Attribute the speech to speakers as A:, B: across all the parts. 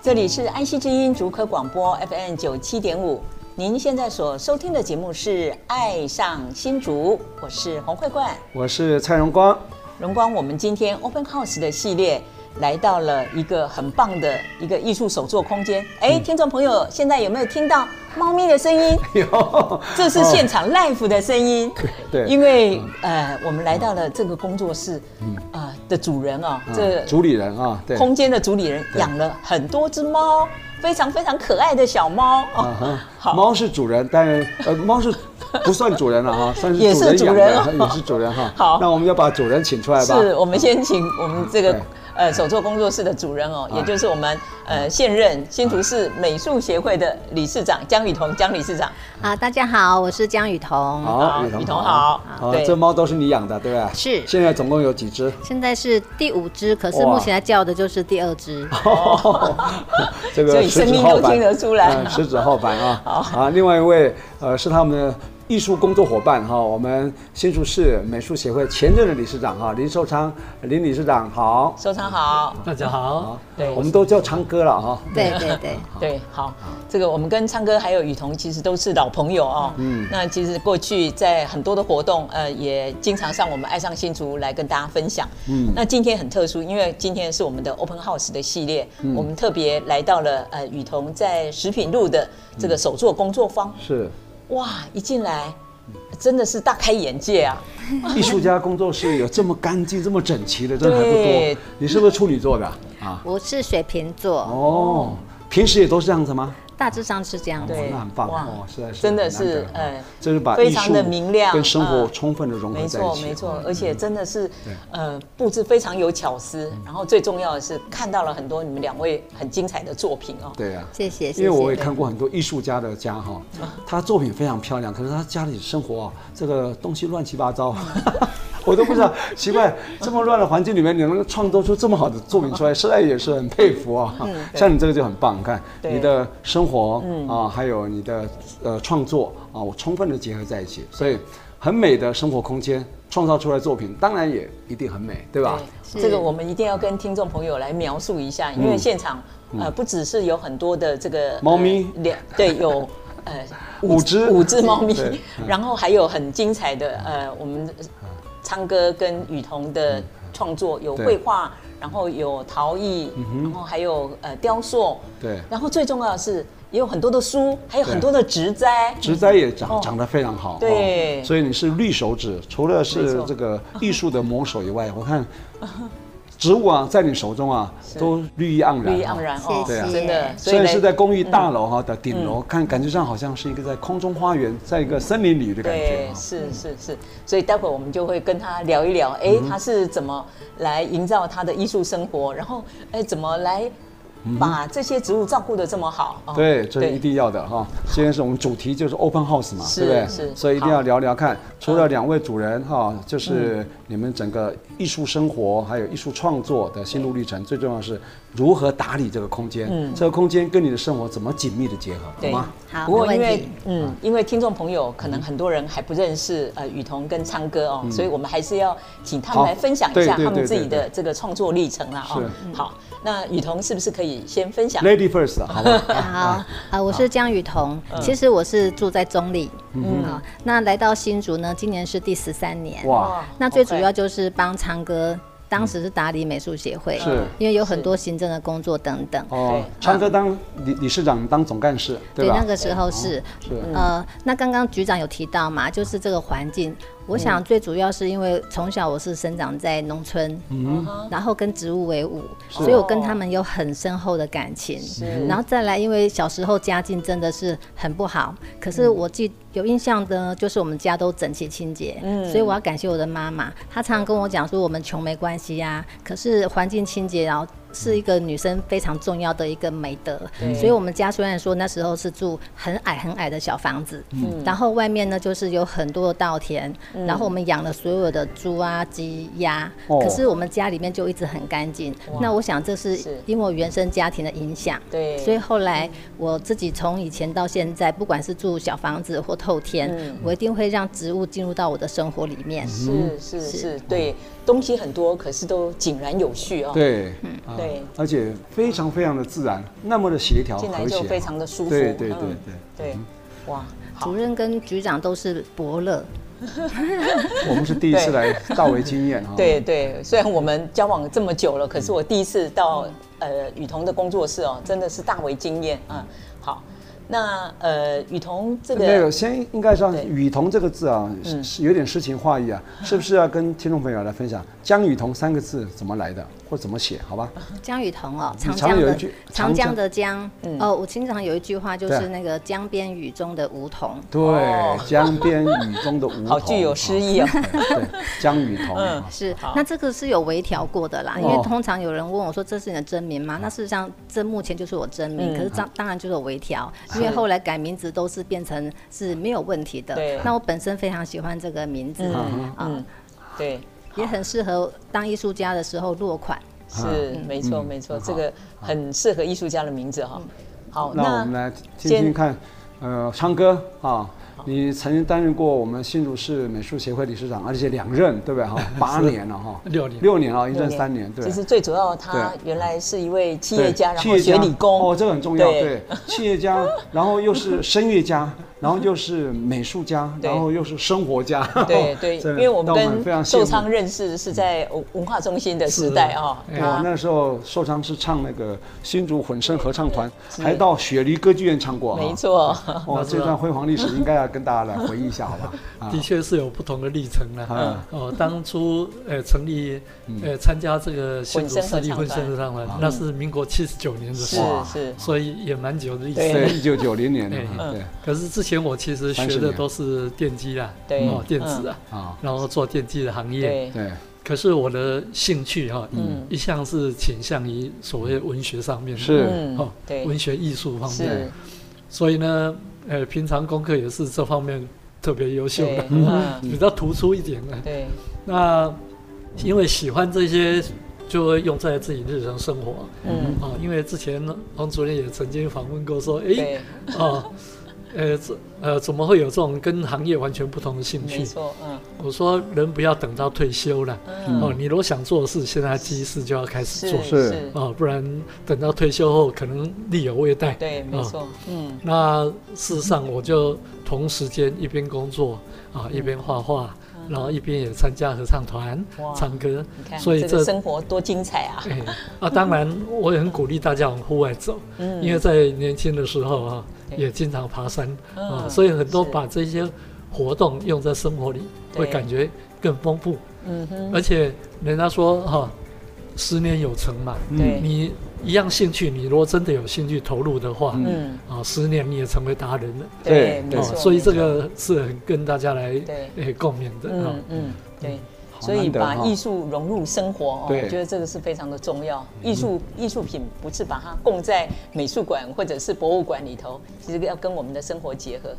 A: 这里是安溪之音竹科广播 FM 九七点五，您现在所收听的节目是《爱上新竹》，我是洪慧冠。
B: 我是蔡荣 光，
A: 荣光，我们今天 Open House 的系列来到了一个很棒的一个艺术手作空间。
B: 嗯
A: 哎，听众朋友，现在有没有听到猫咪的声 音？
B: 有，
A: 这是现场 live 的声音。
B: 哦 对嗯
A: 因为呃，我们来到了这个工作室，啊的主人啊，
B: 嗯
A: 这
B: 主理人啊，对，
A: 空间的主理人
B: 对
A: 养了很多只猫，非常非常可爱的小猫
B: 啊
A: 哦。
B: 哈
A: 好
B: 猫是主人，但 呃，猫是不算主人了啊，算是
A: 也是
B: 主
A: 主
B: 人养的，啊
A: 人哦
B: 也是主人哈。
A: 好
B: 那我们要把主人请出来吧。嗯
A: 是我们先请我们这个
B: 对
A: 呃手作工作室的主人哦，
B: 啊
A: 也就是我们呃现任新竹市美术协会的理事长江雨桐江理事长。
C: 啊，大家好，我是江雨桐。
A: 好
B: 好，
A: 雨
B: 雨
A: 桐
B: 桐
A: 啊好
B: 好，
A: 对
B: 这猫都是你养的，对吧？
C: 是
B: 现在总共有几只？
C: 现在是第五只，可是
B: 哇
C: 目前在叫的就是第二只。
B: 这
A: 所
B: 个
A: 以
B: 十
A: 声
B: 指
A: 音
B: 浩
A: 都
B: 繁，
A: 听得出来
B: 嗯十指浩繁 啊。啊，另外一位呃是他们的艺术工作伙伴哈，我们新竹市美术协会前任的理事长哈林寿昌林理事长好。
A: 收藏好，
D: 大家好，
A: 对
B: 我们都叫昌哥了哈。
C: 对对对，
B: 啊
A: 对，好，这个我们跟昌哥还有雨桐其实都是老朋友哦。嗯，那其实过去在很多的活动，呃，也经常上我们爱上新竹来跟大家分享。嗯，那今天很特殊，因为今天是我们的 Open House 的系列，
B: 嗯
A: 我们特别来到了呃雨桐在食品路的这个手作工作坊。
B: 是
A: 哇，一进来真的是大开眼界啊！
B: 艺术家工作室有这么干净、这么整齐的，真的还不
A: 对
B: 多。你是不是处女座的啊啊？
C: 我是水瓶座，
B: 哦，平时也都是这样子吗？
C: 大致上是这样子。
A: 对
B: 那很棒
A: 哇
B: 哦，实在是
A: 真的
B: 很难
A: 是
B: 得
A: 呃
B: 哦这是把
A: 非
B: 艺
A: 常
B: 术
A: 的明亮
B: 跟生活
A: 嗯
B: 充分的融合
A: 没
B: 在一
A: 错，
B: 起。嗯
A: 没错，而且真的是，呃，布置非常有巧思。然后最重要的是，看到了很多你们两位很精彩的作品哦。
B: 对啊呀、
C: 谢谢，谢
B: 因为我也
C: 谢。
B: 看过很多艺术家的家哈，他作品非常漂亮，可是他家里生活啊，这个东西乱七八糟， 我都不知道奇怪，这么乱的环境里面，你能创作出这么好的作品出来，实在也是很佩服啊。
C: 嗯
B: 像你这个就很棒，你看
A: 对
B: 你的生活
C: 嗯
B: 啊，还有你的呃创作啊，我充分的结合在一起，所以很美的生活空间创造出来的作品，当然也一定很美，对吧？
A: 对，这个我们一定要跟听众朋友来描述一下，因为现场呃不只是有很多的这个
B: 嗯猫咪
A: 呃两对有呃
B: 五只
A: 五只猫咪
B: 对，
A: 然后还有很精彩的呃我们昌哥跟雨桐的创作，有
B: 对嗯
A: 绘画，然后有陶艺，然后还有呃雕塑，
B: 对
A: 然后最重要的是也有很多的书，还有很多的植栽，
B: 啊植栽也长、
A: 哦
B: 长得非常好，
A: 对
B: 哦所以你是绿手指，除了
A: 没
B: 是
A: 错
B: 这 个艺术的磨手以外，我看植物啊，在你手中啊，都绿意盎然、啊
A: 绿意盎。然哦，
C: 谢谢
A: 真的，
B: 虽然
A: 呢嗯
B: 是在公寓大楼哈的顶楼，看感觉上好像是一个在空中花园，在一个森林里的感觉
A: 对，
B: 啊。
A: 是是是，所以待会儿我们就会跟他聊一聊，哎、
B: 嗯
A: 他是怎么来营造他的艺术生活，然后哎、怎么来把这些植物照顾的这么好？哦
B: 嗯对，这是一定要的哈。今天是我们主题就是 open house 嘛，
A: 是
B: 对不对？
A: 是
B: 所以一定要
A: 好嗯
B: 聊聊看。除了两位主人哈，就是你们整个艺术生活还有艺术创作的心路历程，最重要是如何打理这个空间，这个空间跟你的生活怎么紧密的结合，好
A: 嗯对
B: 吗？
C: 好
A: 不过
C: 没
A: 因
C: 问
A: 为
C: 题
A: 嗯，因为听众朋友可能很多人还不认识呃雨桐跟昌哥哦，所以我们还是要请他们
B: 嗯好
A: 来分享一
B: 对
A: 下
B: 对
A: 他们
B: 对
A: 自己
B: 对
A: 的这个创作历程啦哦。好，那雨桐是不是可以先分享？
B: Lady first，好吧？
C: 好，啊，我是江雨桐。
B: 嗯
C: 其实我是住在中立，嗯，好，那来到新竹呢，今年是第十三年。
B: 哇，
C: 那最
A: OK
C: 主要就是帮昌哥，当时是打理美术协会，
B: 是
C: 因为有很多行政的工作等等。
B: 哦，昌哥当理理事长当总干事，
C: 对，
B: 吧？
C: 那个时候是
B: 是，
C: 呃，那刚刚局长有提到嘛，就是这个环境。我想最主要是因为从小我是生长在农村，
B: 嗯，
C: 然后跟植物为伍，所以我跟他们有很深厚的感情。然后再来，因为小时候家境真的是很不好，可是我记有印象的，就是我们家都整齐清洁，所以我要感谢我的妈妈，她常常跟我讲说，我们穷没关系呀、可是环境清洁，然后。是一个女生非常重要的一个美德，所以我们家虽然说那时候是住很矮很矮的小房子，然后外面呢就是有很多的稻田，然后我们养了所有的猪啊、鸡、鸭，
B: 哦
C: 可是我们家里面就一直很干净。那我想这是
A: 是
C: 因为我原生家庭的影响，
A: 对
C: 所以后来我自己从以前到现在，不管是住小房子或透天，
B: 嗯
C: 我一定会让植物进入到我的生活里面。
A: 是是
C: 是
A: 是，对，东西很多，可是都井然有序哦。，
B: 对，啊
A: 对
B: 而且非常非常的自然，那么的协调
A: 进来
B: 哦和
A: 就
B: 谐，啊
A: 非常的舒服。
B: 对对对
A: 嗯
B: 对。
A: 对，哇，好
C: 主，任跟局长都是伯乐，
B: 我们是第一
A: 对
B: 次来大为啊经验哈。
A: 对对，虽然我们交往这么久了，
B: 嗯
A: 可是我第一次到呃雨桐的工作室哦，真的是大为惊艳啊。好，那呃雨桐这
B: 那个
A: 个
B: 先应该让
A: 对嗯
B: “雨桐”这个字啊，是是有点诗情画意啊，是不是要跟听众朋友来分享“江雨桐”三个字怎么来的，或怎么写？好吧？
C: 江雨桐哦，
B: 你
C: 长
B: 嗯常
C: 江
B: 有一
C: 的
B: 句
C: 长
B: 长
C: 江
B: 江嗯
C: 的江，哦，我经常有一句话就
B: 对
C: 是那个江边雨中的梧桐，
B: 对，江边雨中的梧桐，
A: 好具有诗意哦
B: 啊。对， 对江雨桐
A: 嗯
B: 啊，
C: 是
A: 好，
C: 那这个是有微调过的啦，因
B: 哦
C: 为通常有人问我说这是你的真名吗？那事实上这目前就是我真名，可是当当然就是有微调，因为后来改名字都是变成是没有问题的
A: 对。
C: 那我本身非常喜欢这个名字
B: 嗯
C: 啊，
A: 对。
C: 也很适合当艺术家的时候落款。
A: 是，没
B: 嗯
A: 错没错，这个很适合艺术家的名字哈。好，
B: 那我们来听听看，呃，昌哥啊，你曾经担任过我们新竹市美术协会理事长，而且两任，对不对哈？八年了哈，
E: 六年
B: 六年啊了，一
A: 六
B: 任三年，对。
A: 其实最主要，他
B: 对
A: 原来是一位企
B: 对
A: 业家，然
B: 企
A: 后
B: 业
A: 学
B: 家
A: 理工。
B: 哦，这个很重要，
A: 对
B: 对，企 业家，然后又是声乐家，然后又是美术家，
A: 对
B: 然后又是生活家，
A: 对对，
B: 真
A: 因
B: 的
A: 为我们
B: 哦让非
A: 跟
B: 常羡
A: 寿
B: 慕
A: 昌认识是在文文化中心的时代啊，
B: 哎我那时候寿昌是唱那个新竹混声合唱团，还到雪梨歌剧院唱过，啊
A: 没。错，
B: 哦，这段辉煌历史应该要跟大家来回忆一下，好吧？ 啊
D: 的确是有不同的历程啦。
B: 啊嗯
D: 哦，当初呃成立呃参加这个新竹市立
A: 混
D: 婚
A: 声合唱团
D: 声合唱团，
B: 啊
D: 那是民国七十九年的事，
B: 哇
A: 是是，
D: 所以也蛮久的历
A: 对
D: 史。
B: 对，一九九零年的
D: 哎
B: 啊，
D: 嗯
B: 对
D: 可是之前我其实学
B: 30
D: 的
B: 年
D: 都是电机啦，
A: 对
D: 哦电子啊，
B: 嗯啊，
D: 然后做电机的行
A: 对，
D: 业。
B: 对，
D: 可是我的兴趣哈，
A: 嗯
D: 一向是倾向于所谓文学上面的，
B: 是
D: 哦
A: 嗯，，
D: 文
A: 对，
D: 学艺术方面。
A: 是，
D: 所以呢，呃，平常功课也是这方面特别优秀
A: 对
D: 的，，
A: 嗯，
D: 比较突出一点的。
A: 对，
D: 那因为喜欢这些，就会用在自己日常生活
A: 嗯，
D: 啊。因为之前王主任也曾经访问过，说，诶，
A: 对，
D: 哦，呃，这呃，怎么会有这种跟行业完全不同的兴
A: 没
D: 趣？
A: 错，嗯，
D: 我说，人不要等到退休了，哦，你如果想做的事，现在第一事就要开始
A: 是
D: 做，
B: 是
A: 是，
D: 哦，不然等到退休后可能力有未逮。
A: 对，没
D: 哦
A: 错，嗯，
D: 那事实上，我就同时间一边工作
A: 嗯
D: 啊，一边画画，然后一边也参加合唱团
A: 哇、
D: 唱歌
A: 你，看，
D: 所以
A: 这个
D: 这
A: 生活多精彩啊，
D: 哎啊，当然我也很鼓励大家往户外走，
A: 嗯
D: 因为在年轻的时候啊，
A: 对
D: 也经常爬山啊，
A: 嗯
D: 所以很多
A: 是
D: 把这些活动用在生活里，
A: 对
D: 会感觉更丰富，
A: 嗯哼，
D: 而且人家说哈、十年有成嘛，
A: 对，
D: 你一样兴趣，你如果真的有兴趣投入的话，
A: 嗯，
D: 啊，十年你也成为达人了。
B: 对
A: 对，没
D: 哦，
A: 错，
D: 所以这
A: 没错
D: 个是很跟大家来
A: 对
D: 诶共勉的啊、
A: 嗯嗯，对。
B: 哦好
A: 所以
B: 难得
A: 把
B: 哈
A: 艺术融入生活哦，
B: 对嗯
A: 我觉得这个是非常的重要。艺术艺术品不是把它供在美术馆 或者是博物馆里头，其实要跟我们的生活结合。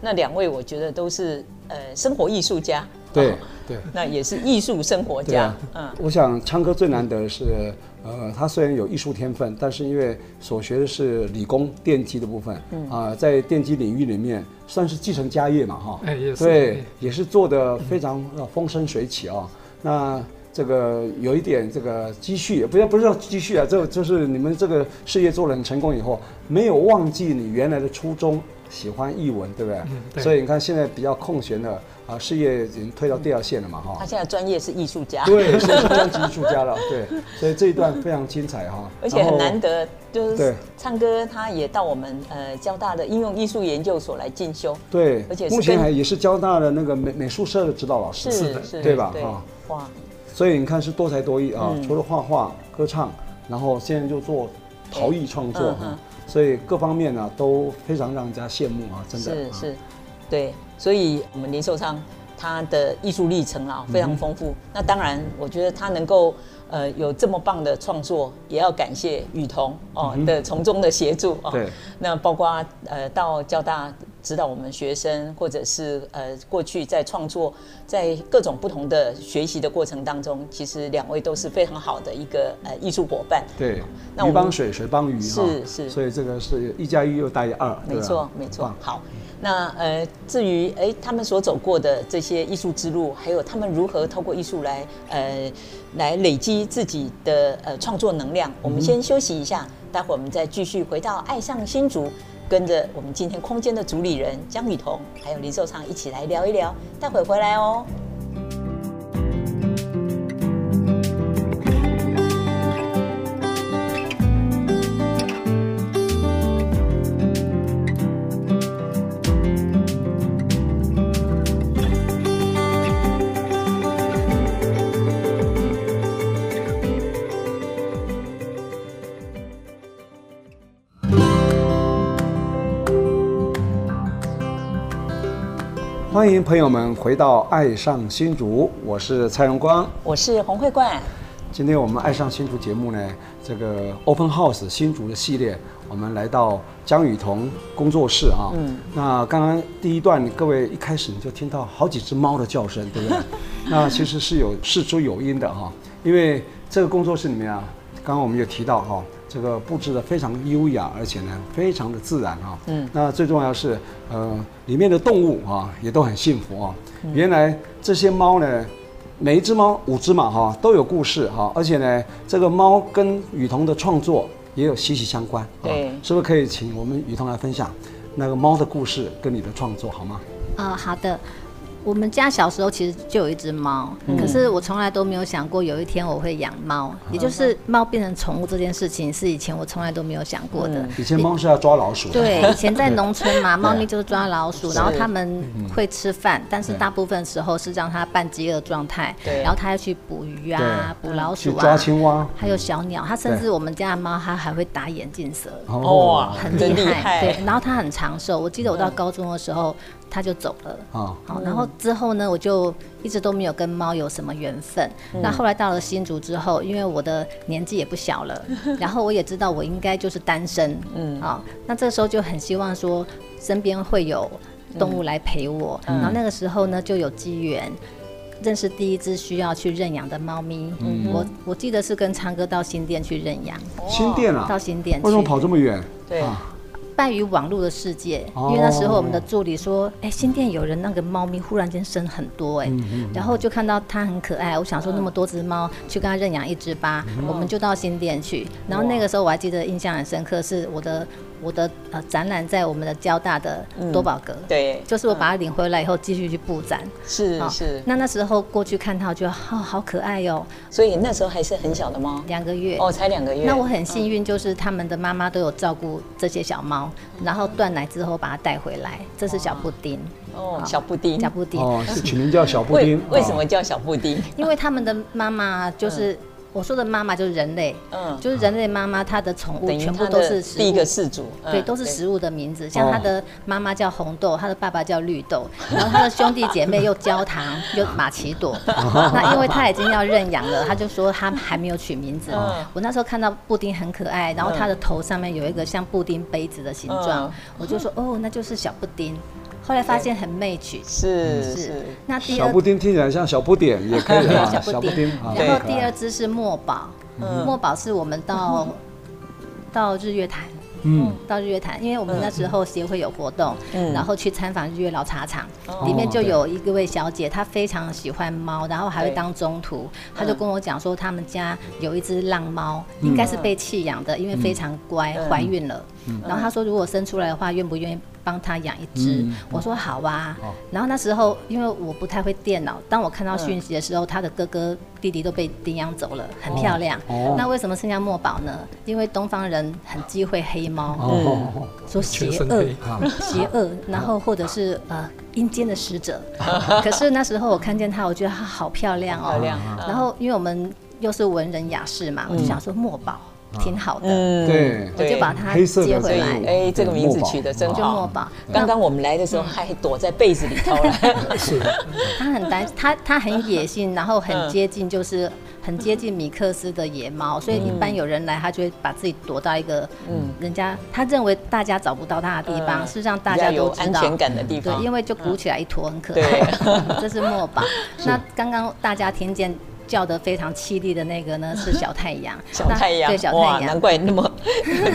A: 那两位我觉得都是呃生活艺术家，
B: 对
A: 哦
B: 对。
A: 那也是艺术生活
B: 对
A: 家
B: 啊，，
A: 嗯，
B: 我想昌哥最难得的是，呃，他虽然有艺术天分，但是因为所学的是理工电机的部分，啊、
A: 嗯
B: 在电机领域里面算是继承家业嘛，哈，
D: 哎也是
B: 对
D: 哎，
B: 也是做的非常呃风生水起啊、那这个有一点这个积蓄，不要不是说积蓄啊，这就是你们这个事业做得很成功以后，没有忘记你原来的初衷，喜欢译文，对不对？
D: 嗯对
B: 所以你看现在比较空闲的啊，事业已经推到第二线了嘛，哈、
A: 他现在专业是艺术家，
B: 对，所以是专辑艺术家了，对，所以这一段非常精彩哈、
A: 而且
B: 然
A: 很
B: 后
A: 难得，就
B: 对
A: 是唱歌，他也到我们呃交大的应用艺术研究所来进修，
B: 对，
A: 而且是
B: 目前
A: 跟
B: 还也是交大的那个美美术社的指导老师，
A: 是是，
B: 对吧
A: 对
B: 哈，
A: 哇，
B: 所以你看是多才多艺啊，
A: 嗯
B: 除了画画、歌唱，然后现在就做陶艺创作
A: 嗯
B: 哈、
A: 嗯
B: 所以各方面呢、都非常让人家羡慕啊，真的。
A: 是
B: 啊
A: 是，对，所以我们林寿昌他的艺术历程
B: 嗯
A: 啊非常丰富。那当然，我觉得他能够呃有这么棒的创作，也要感谢雨桐哦、的从中的协助哦。
B: 嗯对，
A: 那包括呃到交大指导我们学生，或者是呃过去在创作，在各种不同的学习的过程当中，其实两位都是非常好的一个呃艺术伙伴。
B: 对，
A: 那我
B: 鱼
A: 们
B: 帮水，水帮鱼哈、
A: 是是
B: 所以这个是一加一又大于二，对
C: 啊
A: 没
B: 吧
A: 错，没错
C: 嗯
B: 棒。
A: 好，那呃，至于哎，他们所走过的这些艺术之路，还有他们如何透过艺术来呃来累积自己的呃创作能量，我们先休息一下，待会儿我们再继续回到爱上新竹，跟着我们今天空间的主理人江雨桐还有林寿昌一起来聊一聊，待会儿回来哦。
C: 嗯
B: 欢迎朋友们回到《爱上新竹》，我是蔡荣光。
A: 我是洪慧冠，
B: 今天我们爱上新竹节目呢，这个 Open House 新竹的系列，我们来到江雨桐工作室啊。嗯。那刚刚第一段，各位一开始你就听到好几只猫的叫声，对不对？ 那其实是有事出有因的哈、因为这个工作室里面啊，刚刚我们有提到哈、这个布置的非常优雅，而且呢非常的自然啊、嗯。那最重要是，呃，里面的动物啊也都很幸福啊、原来这些猫呢。每一只猫五只嘛哈、都有故事哈、而且呢，这个猫跟雨桐的创作也有息息相关。
A: 对
B: 是不是可以请我们雨桐来分享那个猫的故事跟你的创作好吗？
C: 呃，好的。我们家小时候其实就有一只猫，可是我从来都没有想过有一天我会养猫，也就是猫变成宠物这件事情，是以前我从来都没有想过的。
B: 以前猫是要抓老鼠的，
C: 对，以前在农村嘛，猫咪就是抓老鼠，然后它们会吃饭，但是
B: 对
C: 大部分时候是让它半饥饿状态，
A: 对
C: 然后它要去捕鱼啊、捕老
B: 嗯去
C: 鼠
B: 抓
C: 啊，
B: 青蛙。
C: 还有小鸟，它甚
B: 对哦
C: 至我们家的猫它还会打眼镜蛇。
A: 哇
C: 很
A: 哦真
B: 啊
C: 厉
A: 厉
C: 害，
A: 害
C: 对，然后它很长寿。我记得我到高中的时候，它就走了。
B: 啊，
C: 好，然后之后呢，我就一直都没有跟猫有什么缘分。那后来到了新竹之后，因为我的年纪也不小了，然后我也知道我应该就是单身，嗯，啊、那这时候就很希望说身边会有动物来陪我。然后那个时候呢，就有机缘。认识第一只需要去认养的猫咪，我我记得是跟昌哥到新店去认养，
B: 新店啊，
C: 到新店去。
B: 为什么跑这么远？
A: 对
B: 啊
C: 败于网络的世界，
B: 哦
C: 因为那时候我们的助理说，哎、新店有人那个猫咪忽然间生很多、哎、然后就看到它很可爱，我想说那么多只猫，去跟它认养一只吧，我们就到新店去。然后那个时候我还记得印象很深刻，是我的我的呃展览在我们的交大的多宝阁、
A: 对，
C: 就是我把它领回来以后继续去布展。
A: 是嗯
C: 啊
A: 是，
C: 那那时候过去看它，我觉得哦好可爱哟、
A: 所以那时候还是很小的猫，
C: 两个月
A: 哦，才两个月，
C: 那我很幸运，就是他们的妈妈都有照顾这些小猫，
A: 嗯
C: 然后断奶之后把它带回来。这是小布丁，
A: 哦，小布丁，
C: 小布丁，
B: 哦，是取名叫小布
C: 哦
B: 丁。
A: 为为
B: 啊
A: 什么叫小布丁？
C: 因为他们的妈妈就是、我说的妈妈就是人类，
A: 嗯，
C: 就是人类妈妈，她的宠物
A: 等于
C: 全部
A: 他
C: 都
A: 的
C: 是食物
A: 第一个事主，嗯
C: 对，都是食物的名字，像他
B: 哦
C: 的妈妈叫红豆，他的爸爸叫绿 豆，然后他的兄弟姐妹又焦糖 又马奇朵。
B: 哦
C: 那因为他已经要认养了，他就说他还没有取名字哦
A: 嗯。
C: 我那时候看到布丁很可爱，然后他的头上面有一个像布丁杯子的形状
A: 嗯，
C: 我就说哦，那就是小布丁。后来发现很媚曲，
A: 是
C: 嗯是
A: 是，
C: 那第
B: 小
C: 二
B: 布丁听起来像小不点也可以啊，
C: 小布丁
B: 啊，，
C: 然后
B: 可爱
C: 第二只是墨宝，
A: 嗯
C: 墨宝是我们到到日月潭。
B: 嗯，
C: 到日月潭，因为我们那时候协会有活动，
A: 嗯
C: 然后去参访日月老茶厂，
A: 哦
C: 里面就有一个位小姐，她非常喜欢猫，然后还会当中途，她就跟我讲说，他们家有一只浪猫，应该是被弃养的，因为非常乖，
A: 嗯
C: 怀孕了。然后她说，如果生出来的话，愿不愿意帮她养一只
B: 嗯？
C: 我说好啊
B: 好。
C: 然后那时候因为我不太会电脑，当我看到讯息的时候，她的哥哥弟弟都被领养走了，很漂亮
B: 哦。
C: 那为什么剩下墨宝呢？因为东方人很忌讳黑猫。
B: 哦，
C: 说
D: 全
C: 邪
D: 身
C: 恶
D: 黑、
A: 嗯
C: 邪 恶，然后或者是呃阴间的使者。可是那时候我看见她，我觉得她好漂亮
A: 漂
C: 哦。
A: 亮。
C: 然后因为我们又是文人雅士嘛，我就想说墨宝挺好的，
A: 嗯，
B: 对
C: 我就把它
B: 黑色
C: 接
B: 的
A: 所
C: 回
A: 以
C: 来，
A: 哎，这个名字取得真
C: 就墨
A: 好。
C: 宝。嗯
A: 刚刚我们来的时候还躲在被子里头了，
D: 是
C: 它很单，它它很野性，然后很接近，
A: 嗯
C: 就是很接近米克斯的野猫，所以一般有人来，它就会把自己躲到一个，嗯，人家他认为大家找不到它 的地方，
A: 嗯
C: 事实上
A: 比
C: 大
A: 较
C: 家
A: 有
C: 都知
A: 安
C: 道，
A: 全感的地
C: 对，
A: 方
C: 因。为就鼓起来一坨，很可
A: 啊对
C: 爱。这是墨宝。那刚刚大家听见叫得非常凄厉的那个呢，是小太阳。
A: 小太
C: 那
A: 阳
C: 对，小
A: 哇，
C: 太
A: 难
C: 阳。
A: 怪那 么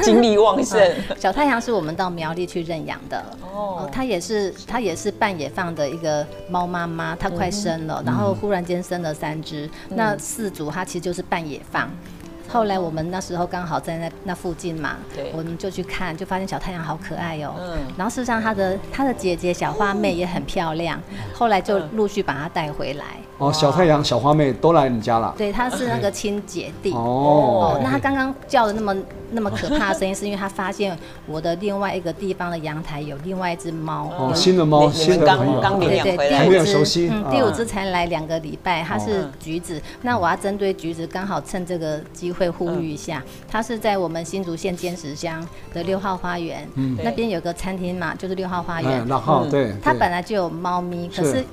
A: 精力旺盛。
C: 嗯小太阳是我们到苗栗去认养的
A: 哦
C: 哦，它也是它也是半野放的一个猫妈妈，它快生
A: 嗯
C: 了，然后忽然间生了三只，那四组它其实就是半野放。后来我们那时候刚好在那那附近嘛
A: 对，
C: 我们就去看，就发现小太阳好可爱哦、
A: 嗯
C: 然后事实上，她的她的姐姐小花妹也很漂亮，后来就
A: 嗯
C: 陆续把她带回来。
B: 哦，小太阳、小花妹都来你家了。
C: 对，她是那个
A: 嗯
C: 亲姐弟。
B: 哦
C: 哦，那他刚刚叫的那么那么可怕的声音，是因为他发现我的另外一个地方的阳台有另外一只猫。
B: 哦
C: 有
B: 新的猫，
A: 你
B: 新
A: 们
B: 的
A: 刚
B: 朋友，
A: 刚领
C: 对
A: 养
C: 对，
A: 回
C: 第
A: 来
B: 还没有
C: 五
B: 熟
C: 只
B: 悉，
C: 嗯
B: 啊，哦
C: 第五只才来两个礼拜，它是
A: 嗯
C: 橘子。那我要针对橘子，刚好趁这个机会呼
B: 嗯
C: 吁一下，它是在我们新竹县尖石乡的六号花园，那边有个餐厅嘛，就是六号花园
B: 嗯，，然后对，
C: 它
B: 对
C: 本来就有猫咪，可
B: 是
C: 是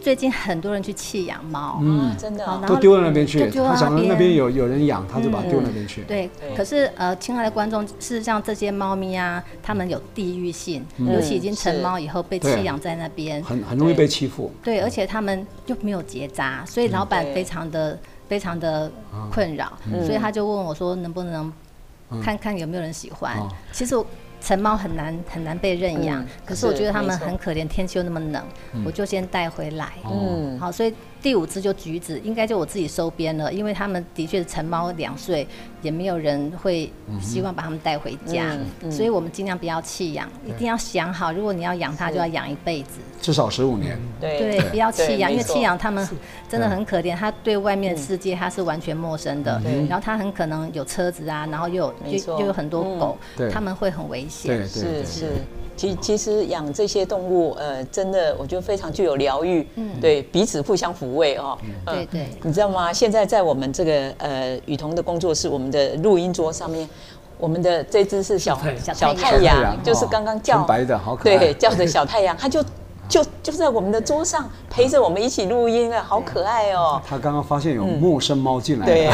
C: 最近很多人去弃养猫，
A: 嗯，真的
C: 好
A: 哦。
C: 然
B: 都
C: 后
B: 丢到那边去
C: 就，丢到
B: 他想到
C: 那
B: 那
C: 边嗯
B: 边有有人养，他就把它丢那边去。
C: 对
A: 对，
C: 可是呃，亲爱的观众，事实上这些猫咪啊，它们有地域性，尤其已经成猫以后被
B: 对
C: 弃养在那边，
B: 嗯很很容易被欺负。
C: 对，而且它们又没有结扎，所
B: 嗯
C: 以老板
A: 对
C: 非常的非常的
B: 啊
C: 困扰，
B: 嗯
C: 所以他就问我说，能不能看看有没有人喜欢
B: 哦？
C: 其实我。成猫很难很难被认养，
A: 嗯
C: 可是我
A: 是
C: 觉得它
A: 没
C: 们
A: 错
C: 很可怜，天气又那么冷，我就先带回来。
B: 嗯哦，
A: 嗯
C: 好，所以第五只就橘子，应该就我自己收编了，因为他们的确成猫两岁，也没有人会
B: 嗯
C: 希望把它们带回家，
A: 嗯
C: 所以我们尽量不要弃养，一定要想好，如果你要养它，就要养一辈子，
B: 至少十五年。
C: 对，不要弃养，因为弃。养它们真的
B: 对
C: 很可怜，它对外面的世界它是完全陌生的，
A: 对
C: 然后它很可能有车子啊，然后又
A: 没
C: 有
A: 错
C: 又又有很多狗
B: 对，
C: 它们会很危
B: 对
C: 险。
B: 对
A: 没
B: 对
A: 错是。是。其其实养这些动物，呃，真的我觉得非常具有疗愈，对彼此互相抚慰哦。嗯
C: 嗯对对
A: 你知道吗？现在在我们这个呃雨桐的工作室，我们的录音桌上面，我们的这只是小
D: 小太阳
A: 小太
B: 小太阳
A: 阳，就是刚刚叫
B: 哦纯白的好可爱
A: 对，叫着小太阳，它就就就在我们的桌上陪着我们一起录音了，好可爱哦。
B: 他刚刚发现有
C: 嗯
B: 陌生猫进来了。
A: 对，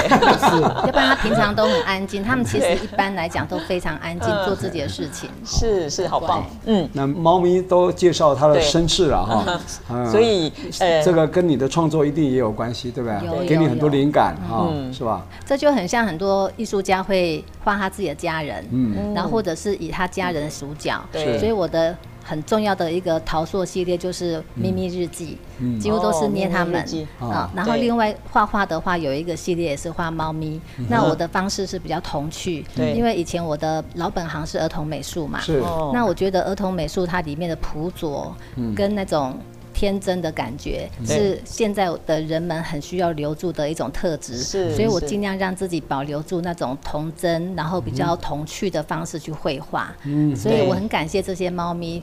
C: 要不然它平常都很安静，它们其实一般来讲都非常安静，做自己的事情。
A: 是是，好棒
C: 乖，
A: 嗯。
B: 那猫咪都介绍它的身世了哈， 嗯
A: 所以呃，
B: 这个跟你的创作一定也有关系，对不
C: 有
B: 对？给你
C: 有
B: 很多
C: 有嗯
B: 灵感哈，是吧？
C: 这就很像很多艺术家会画他自己的家人，
B: 嗯
C: 然后或者是以他家人的主角，
A: 对
C: 所以我的。很重要的一个陶塑系列就是《秘密日记》，几乎都是捏他
A: 哦秘密
C: 们
A: 日记
C: 啊
B: 嗯哦。
C: 然后
A: 对
C: 另外画画的话，有一个系列也是画猫咪。
B: 嗯
C: 那我的方式是比较童趣，
A: 对
C: 因为以前我的老本行是儿童美术嘛，
B: 是
A: 哦
C: 那我觉得儿童美术它里面的朴拙跟那种天真的感觉，是现在的人们很需要留住的一种特质。
A: 是
C: 所以我
A: 是
C: 尽量让自己保留住那种童真，然后比较童趣的方式去绘画。嗯，所以
A: 对
C: 我很感谢这些猫咪，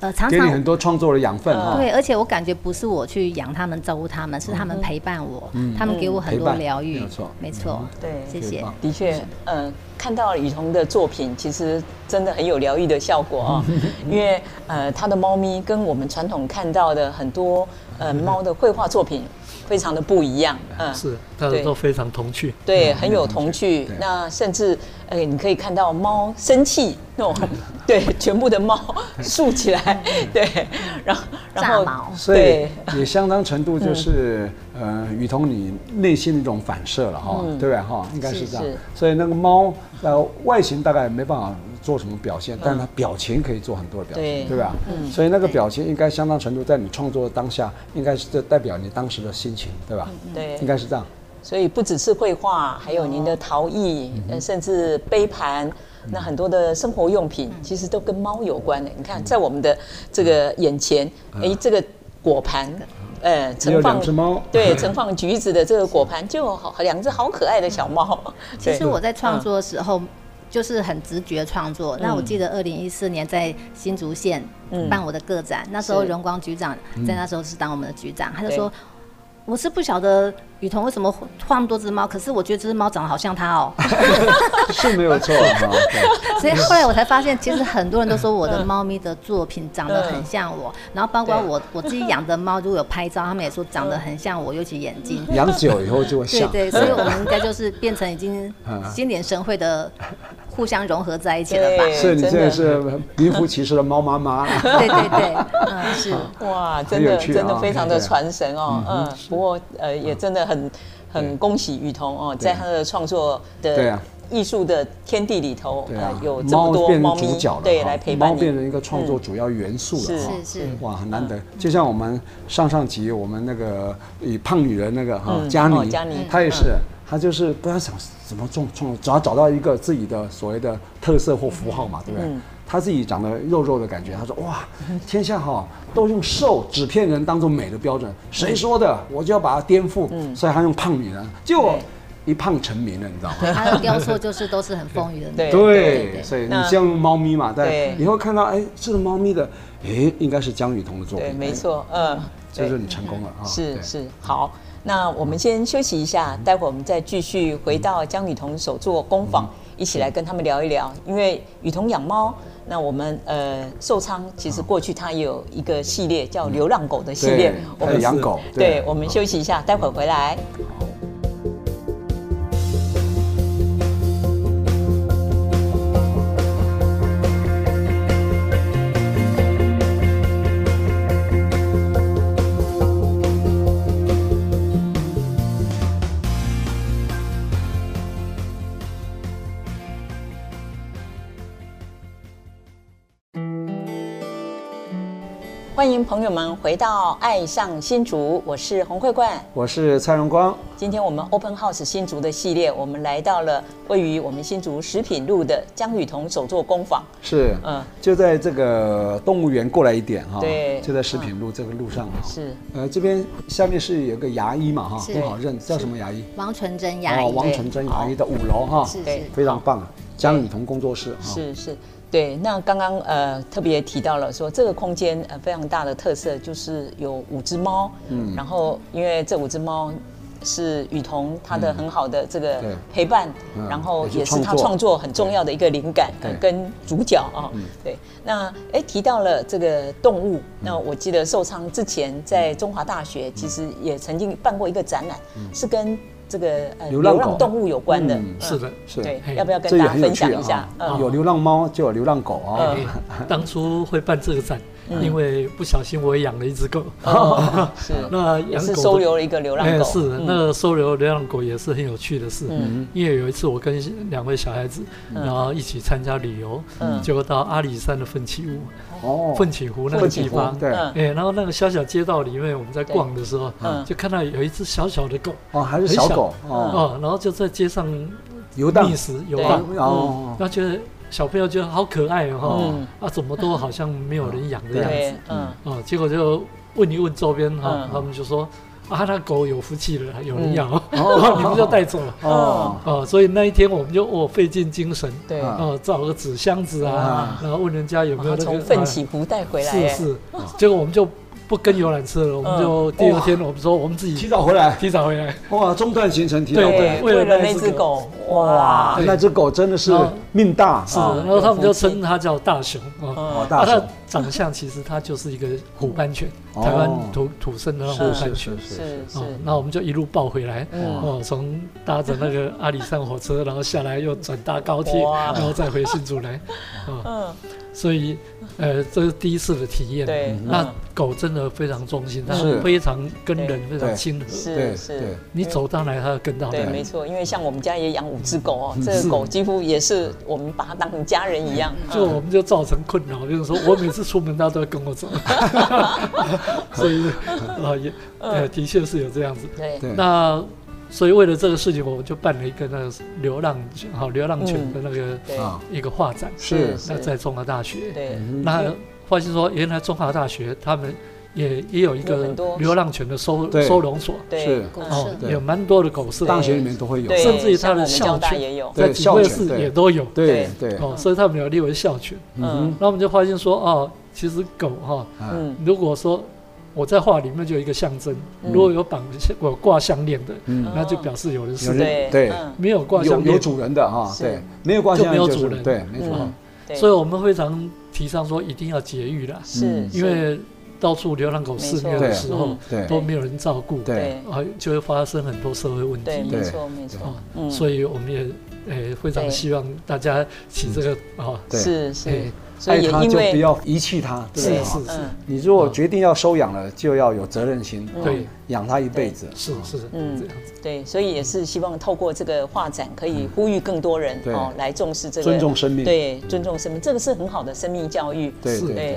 C: 呃，常
B: 给你很
C: 常。
B: 多创作的养分哈。
C: 对，而且我感觉不是我去养它们、照顾它们，是它们陪伴我，它们给我很
B: 陪
C: 多
B: 伴
C: 疗
B: 没
C: 愈
B: 有错，
C: 没错，
A: 对
C: 谢
B: 最
C: 谢
B: 棒。
A: 的确，呃，看到雨桐的作品，其实真的很有疗愈的效果啊、因为呃，他的猫咪跟我们传统看到的很多呃猫的绘画作品非常的不一样，嗯、
D: 是，大家
A: 对
D: 都非常童趣。
A: 对，很有童趣
B: 对。
A: 那甚至呃，你可以看到猫生气那种，对，全部的猫竖起来，对，然后然
C: 炸
A: 后
C: 毛，
B: 所以
A: 对
B: 也相当程度就是，呃，雨桐你内心的一种反射了哈，对不对哈？应该是这样
A: 是是。
B: 所以那个猫，呃，外形大概没办法做什么表现，但是他表情可以做很多的表
A: 对
B: 情，对吧？所以那个表情应该相当程度在你创作当下，应该是代表你当时的心情，对吧？
A: 嗯对
B: 应该是这样。
A: 所以不只是绘画，还有您的陶艺，呃，甚至杯盘，那很多的生活用品，其实都跟猫有关的。你看，在我们的这个眼前，哎，这个果盘，呃，
B: 你
A: 盛
B: 有
A: 放
B: 两只猫，
A: 对，盛放橘子的这个果盘，就好两只好可爱的小猫。
C: 其
A: 对嗯
C: 实我在创作的时候。就是很直觉创作。那我记得二零一四年在新竹县办我的个展，那时候
A: 嗯是嗯
C: 荣光局长在那时候是当我们的局长，他就
A: 对
C: 说：“我是不晓得雨桐为什么会画那么多只猫，可是我觉得这只猫长得好像他 哦。
B: 是没有错哈。对”
C: 所以后来我才发现，其实很多人都说我的猫咪的作品长得很像我，然后包括
A: 对
C: 我我自己养的猫，如果有拍照，他们也说长得很像我，尤其眼
A: 嗯
C: 睛。
B: 养久以后就会
C: 对
B: 像。
C: 对，所以我们应该就是变成已经
B: 啊
C: 心领神会的，互相融合在一起了吧？
A: 对
B: 是你
A: 真
B: 现
A: 的
B: 在是名副其实的猫妈妈。
C: 对对对， 嗯，是。
A: 哇，
B: 很
A: 真
B: 有
A: 的、
B: 趣啊
A: 真的非常的
B: 对啊
A: 传神哦，嗯，不过呃也真的很很恭喜雨桐哦，在他的创作
B: 嗯对
A: 的
B: 啊
A: 艺术的天地里头，呃
B: 对啊，
A: 有这么
B: 猫
A: 多
B: 变
A: 猫
B: 成
A: 咪
B: 主角了，
A: 对
B: 哈
A: 来陪
B: 猫
A: 伴
B: 变
A: 你，嗯
B: 成一个创作主要元素
A: 是嗯
B: 了，哈嗯
C: 是是
B: 哇，很难得。就像我们上上集我们那个以胖女人那个哈
A: 嗯
B: 佳
A: 哦
B: 妮
A: 佳妮，嗯
B: 她也是，她就是不知道想怎么创创，只要找到一个自己的所谓的特色或符号嘛，对不对
A: 嗯？
B: 她自己长得肉肉的感觉，她说哇，天下哈都用瘦纸片人当做美的标准，谁说的？我就要把它颠覆，
A: 嗯
B: 所以她用胖女人，结果一胖成名了，你知道吗？
C: 他的雕塑就是都是很丰腴的那
A: 对
C: 种，
B: 对，所以你
A: 那
B: 像猫咪嘛，
A: 对
B: 但以后看到哎，这是猫咪的，哎，应该是江雨桐的作品，
A: 对，没
B: 哎，
A: 错，嗯，
B: 这
A: 对
B: 就是你成功了啊，
A: 是
B: 对，嗯
A: 是，好，那我们先休息一下，待会儿我们再继续回到江雨桐手作工坊，
B: 嗯
A: 一起来跟他们聊一聊。因为雨桐养猫，那我们呃寿昌其实过去它也有一个系列叫流浪狗的系列
B: 嗯对，
A: 我
B: 还有
A: 们
B: 养狗
A: 对
B: 对，
A: 我们休息一下，待会儿回来。欢迎朋友们回到《爱上新竹》，我是洪慧冠。
B: 我是蔡荣光，
A: 今天我们 Open House 新竹的系列，我们来到了位于我们新竹食品路的江雨桐手作工坊。
B: 是，
A: 嗯
B: 就在这个动物园过来一点哈，
A: 对嗯
B: 就在食品路这个路上啊，
A: 是，
B: 呃，这边下面是有个牙医嘛哈，
C: 是
B: 不好认，叫什么牙医？
C: 王纯真牙医，
B: 哦王纯真牙医的五楼哈，
C: 是
A: 对
C: 是。
B: 非常棒，江雨桐工作室哈，
A: 是是，对。那刚刚呃特别提到了说，这个空间呃非常大的特色就是有五只猫，嗯，然后因为这五只猫。是雨桐他的很好的这个
B: 对
A: 陪伴，
B: 嗯
A: 然后
B: 也是
A: 也是他
B: 创作
A: 创作很重要的一个灵感，呃
B: 对嗯
A: 跟主角啊，对。那哎提到了这个动物，那我记得寿昌之前在中华大学其实也曾经办过一个展览，是跟这个呃
B: 嗯流浪狗
A: 动物有关的，
B: 嗯
A: 嗯
D: 是的，
B: 是
A: 对
D: 嘿，
A: 要不要
B: 这
A: 跟
B: 也
A: 大家
B: 很有
A: 分享
B: 趣
A: 一下
B: 啊？，
A: 嗯
B: 啊有流浪猫就有流浪狗啊，
D: 哎当初会办这个展，因为不小心我也养了一只狗，
A: 嗯哦，是，
D: 那
A: 也
D: 养
A: 是
D: 狗
A: 收
D: 的
A: 留了一个流浪
D: 哎，
A: 狗，
D: 是的
A: 嗯
D: 那收留流浪狗也是很有趣的事。
A: 嗯
D: 因为有一次我跟两位小孩子，然后一起参加旅游，
A: 嗯
D: 结果到阿里山的奋起湖、
B: 哦，
D: 奋起湖那个
B: 奋起
D: 地
B: 湖
D: 方，
B: 对
A: 嗯
D: 哎，然后那个小小街道里面，我们在
A: 对
D: 逛的时候
A: 嗯，
D: 就看到有一只小小的狗
B: 哦，还是
D: 很
B: 小
D: 小
B: 狗哦，
D: 哦，然后就在街上
B: 游荡
D: 觅食游
A: 对
D: 荡，
B: 哦，
D: 那觉得小朋友觉得好可爱哦
A: 嗯，
D: 啊，怎么都好像没有人养的样
A: 对
D: 子，
A: 嗯，
D: 哦，结果就问一问周边哈
A: 嗯，
D: 他们就说啊，那狗有福气了，有人
A: 嗯
D: 养哦，
B: 哦
D: 你们就带走了。
B: 哦，
D: 哦，所以那一天我们就哦费尽精神，
A: 对，
B: 啊
D: 哦找个纸箱子啊
B: 啊，
D: 然后问人家有没有
A: 哇
D: 那个
A: 从奋起湖带回
D: 啊
A: 来，嗯
D: 是
A: 哎，
D: 是，结果我们就不跟游览车了，我们就第二天我们说我们自
B: 提
D: 己
A: 嗯
B: 早回来，
D: 提早回来，
B: 哇，中断行程提早
D: 对
B: 回
A: 对，
B: 来，
D: 为
A: 为
D: 了
A: 了那
D: 那只
A: 只狗，
B: 哇
A: 哇，，
B: 那只狗真的是
D: 然后
B: 命大，
D: 嗯是，
A: 哦
B: 啊
D: 然后他们就
A: 有福气
D: 称它叫大熊哦。
B: 哦，
D: 啊
B: 大
D: 它
B: 熊
D: 的，长相其实它就是一个虎斑犬，
B: 哦
D: 台湾土土生的那种
B: 是
D: 虎斑
B: 是嗯
D: 犬
B: 是。是，
A: 是是
D: 哦，那我们就一路抱回来，哦，从搭着那个阿里山火车，然后下来又转搭高铁，
A: 哇
D: 然后再回新竹来，哦，
A: 嗯，
D: 所以呃，这是第一次的体验。
A: 对，
D: 那
A: 嗯
D: 狗真的非常忠心，它
B: 是
D: 非常跟
A: 对
D: 人非常
B: 对
D: 亲和，
B: 对
A: 是
B: 对
A: 是，
D: 你走到哪里它就跟到哪
A: 对，
D: 里。
A: 没错，因为像我们家也养五只狗
D: 嗯
A: 哦，这
B: 是
A: 个狗几乎也是我们把它当成家人一样，
D: 就
A: 嗯
D: 我们就造成困扰，就是说我每次出门，他都要跟 我走，所以啊也
A: 嗯
D: 呃的确是有这样子。
A: 对
B: 对
D: 那所以为了这个事情，我们就办了一个那个流浪犬好流浪犬的那个
A: 嗯对
B: 啊，
D: 一个画展，
B: 是
D: 那在中华大学。
A: 对
D: 那发现说，原来中华大学他们也也有一
A: 有
D: 个
A: 很多
D: 流浪犬的收
B: 对
D: 收容所，
A: 对嗯
B: 是
C: 狗
D: 哦
C: 舍，
B: 对
D: 有蛮多的狗舍，
B: 大学里面都会有，
A: 对，
D: 甚至于它
A: 像我
D: 的
A: 们交
D: 校
A: 大
D: 犬
A: 也有，
B: 对
D: 在警卫
B: 校犬
D: 室
B: 对
D: 也都有，
B: 对对，
D: 哦，所以他们有列为校犬。
B: 嗯
A: 嗯
D: 那我们就发现说，哦，其实狗哈、
B: 哼，
A: 嗯
D: 如果说我在画里面就有一个象征，
A: 嗯
D: 如果有绑项我挂项链的，
B: 嗯，
D: 那就表示有人
B: 有
D: 死
B: 人
D: 了；
A: 对
B: 对
A: 嗯
D: 没有挂
B: 有
D: 项
B: 有
D: 链，
B: 主人的哈，
A: 是
B: 对，没有挂
D: 就
B: 线
D: 没有
B: 就
D: 主
B: 是
D: 人
B: 对，没错
A: 嗯，对，
D: 所以我们非常提倡说一定要节育啦，
A: 是
B: 嗯
D: 因为到处流浪狗肆虐
B: 没
D: 的
B: 错
D: 时候
A: 嗯
B: 对
D: 都没有人照顾，
B: 对
A: 对
D: 啊，就会发生很多社会问
A: 对，
D: 题。
A: 没错没错
D: 啊，
A: 嗯，
D: 所以我们也诶非常
A: 对
D: 希望大家起这个啊，
B: 嗯对
A: 是
D: 诶
A: 是，所
B: 哎爱
A: 以也
B: 它
A: 因
B: 就不
A: 为
B: 要遗弃它，对不对
D: 是
B: 哈
D: 是是
A: 嗯
B: 你如果决定要收养了，就要有责任心，
D: 嗯
B: 哦
D: 对，
B: 养它一辈子，
D: 是是这样
A: 嗯
D: 子。
A: 对，所以也是希望透过这个画展，可以呼吁更多人
B: 嗯对
A: 哦来重视这个
B: 尊重生命
A: 对，尊重生命，这个是很好的生命教育，
B: 对
D: 是
B: 对对
A: 对，，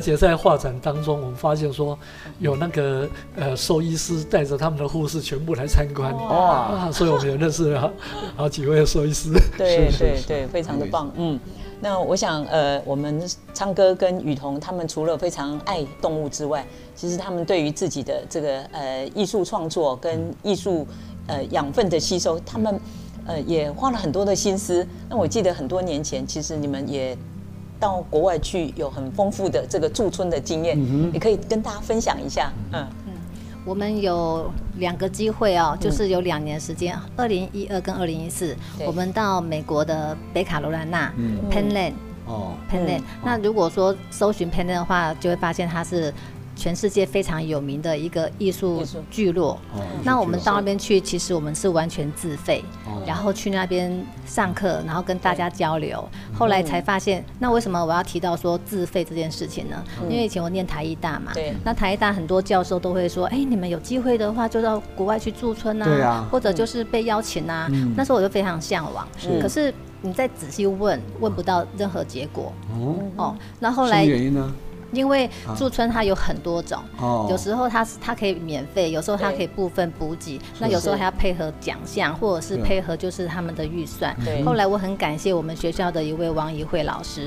A: 嗯，
D: 且在画展当中，我们发现说有那个呃兽医师带着他们的护士全部来参观
B: 哇
D: 啊，所以我们也认识了好好几位兽医师。
A: 对
B: 是
A: 对
B: 是是哎
A: 对，非常的棒，嗯。那我想，呃，我们昌哥跟雨桐他们除了非常爱动物之外，其实他们对于自己的这个呃艺术创作
B: 嗯
A: 跟艺术呃养分的吸收，他们呃也花了很多的心思。那我记得很多年前，其实你们也到国外去，有很丰富的这个驻村的经
B: 嗯
A: 验，也可以跟大家分享一下。嗯，
C: 我们有两个机会哦，就是有两年时间，二零一二跟二零一四，
A: 对
C: 我们到美国的北卡罗来纳、
B: 嗯
C: Penland
B: 哦，
C: Penland、那如果说搜寻 Penland 的话，就会发现它是全世界非常有名的一个艺术
A: 艺术
C: 聚落。
B: 哦
C: 那我们到那边去，其实我们是完全自费，然后去那边上课，然后跟大家交流。后来才发现，那为什么我要提到说自费这件事情呢？因为以前我念台艺大嘛，
A: 对
C: 那台艺大很多教授都会说，哎，你们有机会的话就到国外去驻村
B: 对
C: 啊
B: 啊，
C: 或者就是被邀请啊。那时候我就非常向往，可是你再仔细问，问不到任何结果
B: 哦，
C: 哦。那后
B: 什么
C: 来
B: 原因呢？
C: 因为驻村它有很多种，
B: 哦
C: 有时候它是它可以免费，有时候它可以部分补给，那有时候还要配合奖项，或者是配合就是他们的预算
B: 嗯
A: 对。
C: 后来我很感谢我们学校的一位王怡慧老
B: 嗯
C: 师，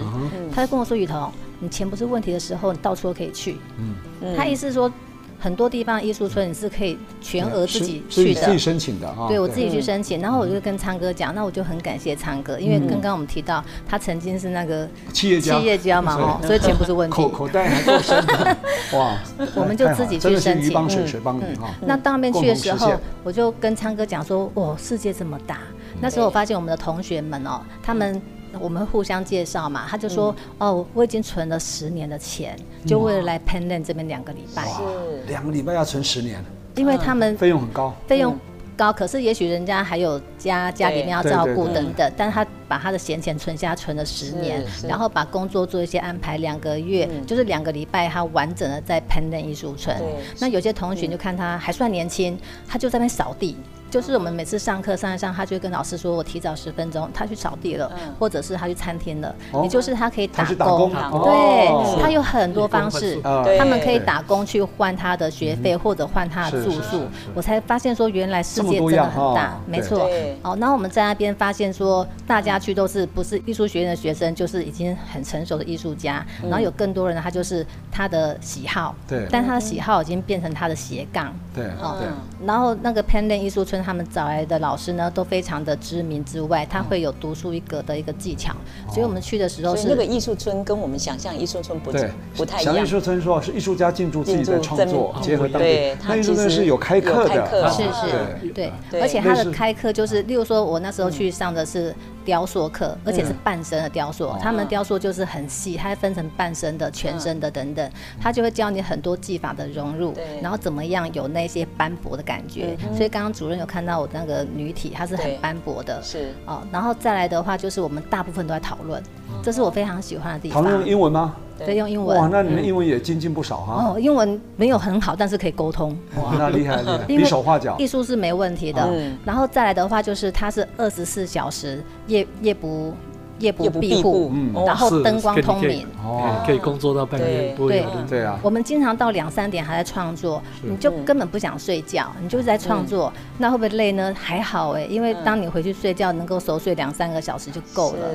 C: 他就跟我说：“雨桐，你钱不是问题的时候，你到处都可以去。”
A: 嗯
B: 嗯
C: 他意思说，很多地方艺术村你是可以全额自己
B: 是
C: 去
B: 自己
C: 的。
B: 申请的啊，
C: 对我自己去申请，然后我
B: 嗯
C: 就跟昌哥讲，那我就很感谢昌哥，因为刚刚我们提到他曾经是那个
B: 企业家
C: 企业家嘛，哦，所以钱不是问题。
B: 口口袋还够深 的，哇！
C: 我们就
B: 太好
C: 自己
B: 了
C: 去
B: 真的是
C: 申
B: 鱼
C: 请嗯
B: 帮水，水帮你哦哈。
C: 那到那边去的时
B: 嗯共同
C: 候
B: 实现，嗯
C: 我就跟昌哥讲说，哦，世界这么大。那时候我发现我们的同学们哦，他们我们互相介绍嘛，他就说，
B: 嗯
C: 哦，我已经存了十年的钱，就为了来 Penland 这边两个礼拜，
B: 哇
A: 是，
B: 两个礼拜要存十年，
C: 因为他们
B: 费用很高。
C: 费用高，可是也许人家还有家家里面要照顾
B: 嗯对对对
C: 等等，但他把他的闲钱存下，存了十年
A: 是，
B: 嗯
A: 是
C: 然后把工作做一些安排，两个月就是两个礼拜，他完整的在 Penland 艺术村
A: 对。
C: 那有些同
B: 嗯
C: 学就看他还算年轻，他就在那边扫地。就是我们每次上课上一上，他就会跟老师说：“我提早十分钟，他去扫地了，或者是他去餐厅了。
B: 嗯哦
C: 也就是他可以
B: 他
C: 打
B: 去打
C: 工，
B: 工，
A: 打
B: 哦
C: 对，他有嗯很多方式。
B: 啊
A: 对
C: 他们可以打工去换他的学费或者换他的
B: 嗯是
C: 住
B: 是是
C: 宿
B: 是，
C: 我才发现说原来世界
B: 这么
C: 真
B: 多
C: 的
B: 样
C: 很
B: 哦
C: 大，没错
A: 对。
C: 哦，然后我们在那边发现说，大家去都是不是艺术学院的学生，就是已经很成熟的艺术家，然后有更多人他就是他的喜好，
B: 嗯对
C: 但他的喜好已经变成他的斜杠。
B: 对
C: 哦
B: 对，
C: 然后那个 Penland 艺术村他们找来的老师呢，都非常的知名之外，
B: 嗯
C: 他会有独树一格的一个技巧，
B: 哦
C: 所以我们去的时候
A: 所以
C: 是
A: 那个艺术村跟我们想象艺术村不
B: 对，
A: 不太一
B: 小
A: 样
B: 艺。术村说是艺术家进驻自己的创作
A: 进，驻
B: 哦结合当地
A: 对。他
B: 那艺术村
A: 其实
B: 是有开课
A: 有开课
B: 的，啊
C: 是
B: 对
C: 是，对，
A: 对
C: 而且他
B: 啊类
C: 的
B: 似嗯
C: 开课就是，例如说，我那时候去上的是雕塑课，而且是半身的雕
B: 哦
C: 塑，他们雕塑就是很细，它分成半身的、全身的等
B: 嗯
C: 等，他就会教你很多技法的融入
A: 对，
C: 然后怎么样有那些斑驳的感觉。
B: 嗯
C: 所以刚刚主任有看到我那个女体，它是很
A: 对
C: 斑驳的，
A: 是
C: 哦，然后再来的话就是我们大部分都在讨论，这是我非常喜欢的
B: 嗯
C: 地
B: 讨
C: 方。
B: 论用英文吗？
C: 对，用英
B: 哇，
C: 文。嗯
B: 那你们英文也精进不少哈、
C: 哦，英文没有很好，但是可以沟通。
B: 哇，那厉害厉害， 比
C: 因为
B: 手画脚
C: 艺。术是没问题的。
A: 嗯
C: 然后再来的话，就是它是二十四小时夜夜不夜不
A: 夜不闭
C: 闭
A: 户
C: 户，
B: 嗯
A: 哦
C: 然后
D: 是
C: 灯光
D: 可以
C: 通
D: 可以
C: 明。
B: 哦
D: 嗯可以工作到半夜
A: 对
D: 不会有
C: 对
D: 人
B: 对啊，
C: 我们经常到两三点还在创作，
B: 是嗯
C: 你就
A: 嗯
C: 根本不想睡觉，你就是在创作，那会不会累呢？还好哎，因为当你回去睡觉，能够熟睡两三个小时就够了。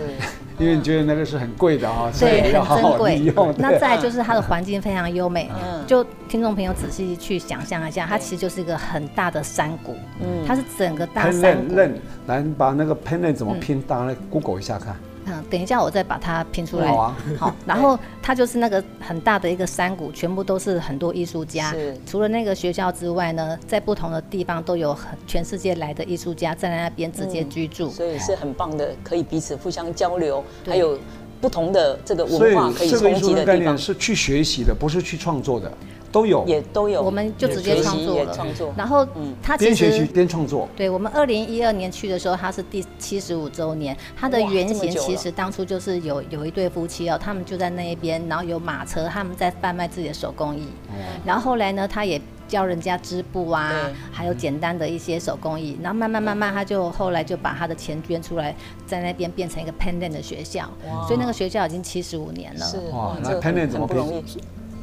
B: 因为你觉得那个是很贵的啊，所以
C: 对，
B: 要好
C: 很珍
B: 好利
C: 贵
B: 用。。
C: 那
B: 对
C: 再来就是它的环境非常优美
A: 嗯，
C: 就听众朋友仔细去想象一下，
B: 嗯
C: 它其实就是一个很大的山谷，
A: 嗯
C: 它是整个大
B: Penland
C: 山谷。
B: 来你把那个 Penland 怎么拼，大家来 Google 一下看。
C: 嗯，等一下我再把它拼出来。
B: 好啊，
C: 好，然后它就是那个很大的一个山谷，全部都是很多艺术家
A: 是。
C: 除了那个学校之外呢，在不同的地方都有很全世界来的艺术家站在那边直接居住。
A: 所以是很棒的，可以彼此互相交流，
C: 对
A: 还有不同的这个
B: 所
A: 文
B: 以
A: 化可以
B: 这个艺
A: 冲
B: 术
A: 击
B: 的
A: 的
B: 概
A: 地
B: 念
A: 方，
B: 是去学习的，不是去创作的，都有。
A: 也都有。
C: 我们就直
A: 也
C: 接
A: 学习
C: 创作
A: 也
C: 了。
A: 创作
C: 然后
A: 嗯
C: 它其
B: 边学习
C: 实。
B: 边创作，
C: 对我们二零一二年去的时候，它是第七十五周年，它的
A: 哇
C: 原
A: 这么
C: 型
A: 久了
C: 其实当初就是有有一对夫妻哦，他们就在那一边，然后有马车，他们在贩卖自己的手工艺。然后后来呢，他也教人家织布啊
A: 哦对，
C: 还有简单的一些手工艺。然后慢慢慢慢，他就后来就把他的钱捐出来，在那边变成一个 Pendant 的学校
A: 哇，
C: 所以那个学校已经七十五年了。
A: 是
B: 哇那
A: 这个
B: Penland
A: 很
B: 怎么
A: 很不容易，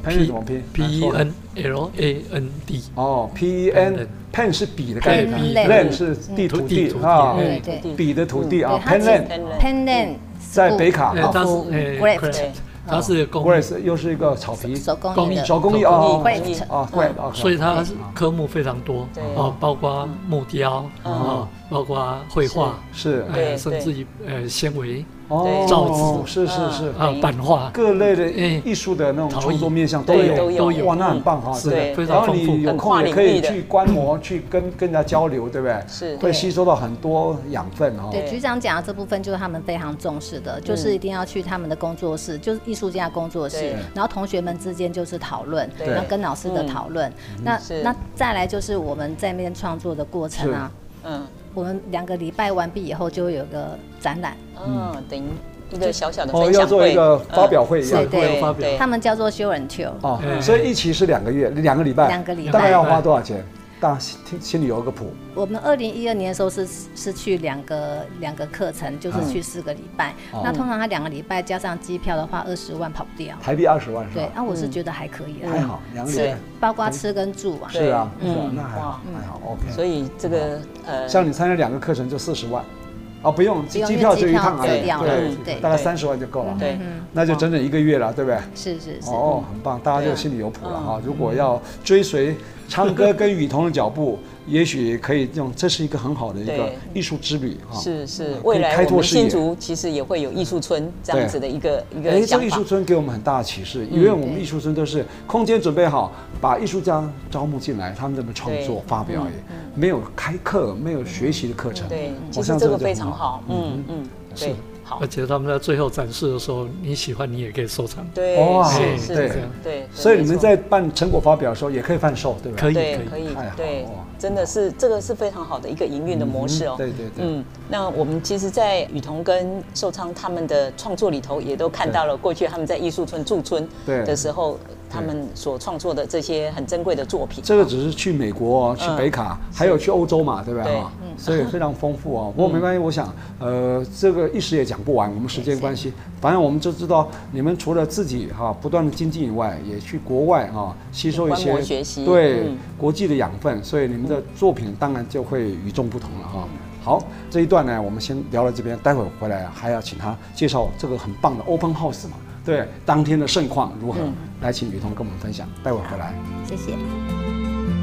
B: Penland 哎怎么拼
D: P
B: 来
D: E
B: 说
D: N L A N D，
B: 哦，P E N pen 是笔的概念
C: Penland
B: ，land 是地
D: 土
B: 土地
D: 嗯地土地
B: 啊，
C: 对
D: 对
C: 对
A: 对
B: 笔的土地啊
C: 对它其实
B: ，Penland
A: Penland
C: ，Pendant
B: 在北卡
D: 哎
B: 哦
D: 它是
C: 哦
D: 哎
C: Grape
D: Grape，
A: 对
D: 它哎是工
B: g r a c e 又是一个草皮，
C: 手工
D: 工
C: 艺
D: 艺
C: 的。
B: 手工艺
D: 手
B: 哦，
A: 工艺
B: 啊 g r a
C: 嗯
B: c e
D: 所以它是科目非常多
A: 对
D: 哦，包括木雕哦，包括绘画，
B: 是
D: 哎
A: 对
D: 甚至于呃纤维
B: 哦，
D: 造纸
B: 是是是，
D: 啊
A: 对
D: 版画，
B: 各类的
D: 哎
B: 艺术的那种
D: 陶艺
B: 创作面向都
A: 对
B: 有，
A: 都有都有
B: 哇，那很棒哈，
D: 嗯是
B: 真
A: 对
D: 非
B: 然
D: 常
B: 后
D: 丰
B: 你
D: 富。
B: 有
A: 很跨
B: 空也
A: 领
B: 可以
A: 域的
B: 去观摩，去跟跟人家交流，对不对？
A: 是
B: 会
C: 对
B: 吸收到很多养分哈。
C: 对，
A: 对
C: 局长讲的这部分就是他们非常重视
A: 嗯
C: 的，就是一定要去他们的工作室，就是艺术家工作室
A: 对，
C: 然后同学们之间就是讨论，
A: 对嗯
C: 然后跟老师的讨论。那
A: 是
C: 那再来就是我们在那边创作的过程啊，
A: 嗯
C: 我们两个礼拜完毕以后就会有个展览，
A: 嗯，等于一个小小的
B: 哦，
A: 分
B: 要
A: 享
B: 做
A: 会，嗯
B: 一个发表会一样
C: 对
D: 会有发
A: 对
D: 表
A: 对，
C: 他们叫做 show and tell。
B: 哦，
D: 嗯
B: 所以一期是两个月，两个礼拜，
C: 两个礼拜
B: 大概要花多少钱？大家心心里有个谱。
C: 我们二零一二年的时候是是去两个两个课程，就是
A: 嗯
C: 去四个礼拜。
A: 哦
C: 那通常他两个礼拜加上机票的话，二十万跑不掉。
B: 台币二十万是
C: 对，
A: 嗯
B: 吧？
C: 啊，我是觉得还可以啦，
B: 还好，两个礼
A: 是
B: 拜。
C: 包括吃跟住啊。
B: 是啊，是
A: 嗯对
B: 啊，
A: 嗯
B: 那还好
A: 哇，
B: 还好，OK。
A: 所以这个呃，
B: 像你参加两个课程就四十万，啊，不用，
C: 用
B: 机票就一趟而
A: 因为
B: 已，
A: 机票折
C: 掉了
B: 对，
C: 对
B: 大概三十万就够了，嗯
A: 对，
C: 嗯
B: 那就整整一个月了，对不对？
C: 是是是。
B: 哦，很棒，大家
A: 对
B: 就
A: 啊
B: 心里有谱了
A: 嗯
B: 哈。如果要追随昌哥跟雨桐的脚步， 也许可以用，这是一个很好的一个
A: 对
B: 艺术之旅哈。
A: 是是，
B: 以
A: 未来
B: 开
A: 我
B: 拓
A: 们
B: 视野
A: 新竹其实也会有艺术村这样子的一个一
B: 哎，
A: 个
B: 这
A: 想
B: 个艺
A: 法嗯
B: 术。村给我们很大的启示，因为我们
C: 对
B: 艺术村都是空间准备好，把艺术家招募进来，他们这么创作
A: 对嗯
B: 发表也，没有开课，没有学习的课程。
A: 对，其
B: 嗯我
A: 实
B: 像
A: 这个
B: 就
A: 非
B: 很
A: 常。好，嗯嗯，对，好
D: 而，且他们在最后展示的时候，你喜欢你也可以收藏，
A: 对
B: 哇，
A: 是
D: 对
B: 对
A: 是，对，
B: 所以你
A: 没
B: 们
A: 错
B: 在办成果发表的时候也可以贩售，对吧？
D: 可以
A: 对
D: 可
A: 可
D: 以。
A: 以
B: 太好了
A: 对
B: 哇，嗯
A: 真的是这个是非常好的一个营运的模式哦。
B: 对对对。
A: 嗯，那我们其实，在雨桐跟寿昌他们的创作里头，也都看到了过去他们在艺术村驻村
B: 对
A: 的时候，他们所创作的这些很珍贵的作品。
B: 这个只是去美国、哦去北卡，还有去欧洲嘛，对不对
A: 嗯对嗯
B: 啊？所以非常丰富啊。不过没关系，我想，呃，这个一时也讲不完，我们时间关系，反正我们就知道，你们除了自己哈、不断的精进以外，也去国外哈、吸收一
A: 观
B: 些
A: 摩学习
B: 对、
A: 嗯
B: 国际的养分，所以你们的作品当然就会与众不同了哈、
A: 嗯
B: 好，这一段呢，我们先聊到这边，待会儿回来啊还要请他介绍这个很棒的 Open House 嘛，对，
A: 嗯
B: 当天的盛况如何？来，请雨桐跟我们分享，待会儿回来。
C: 谢谢。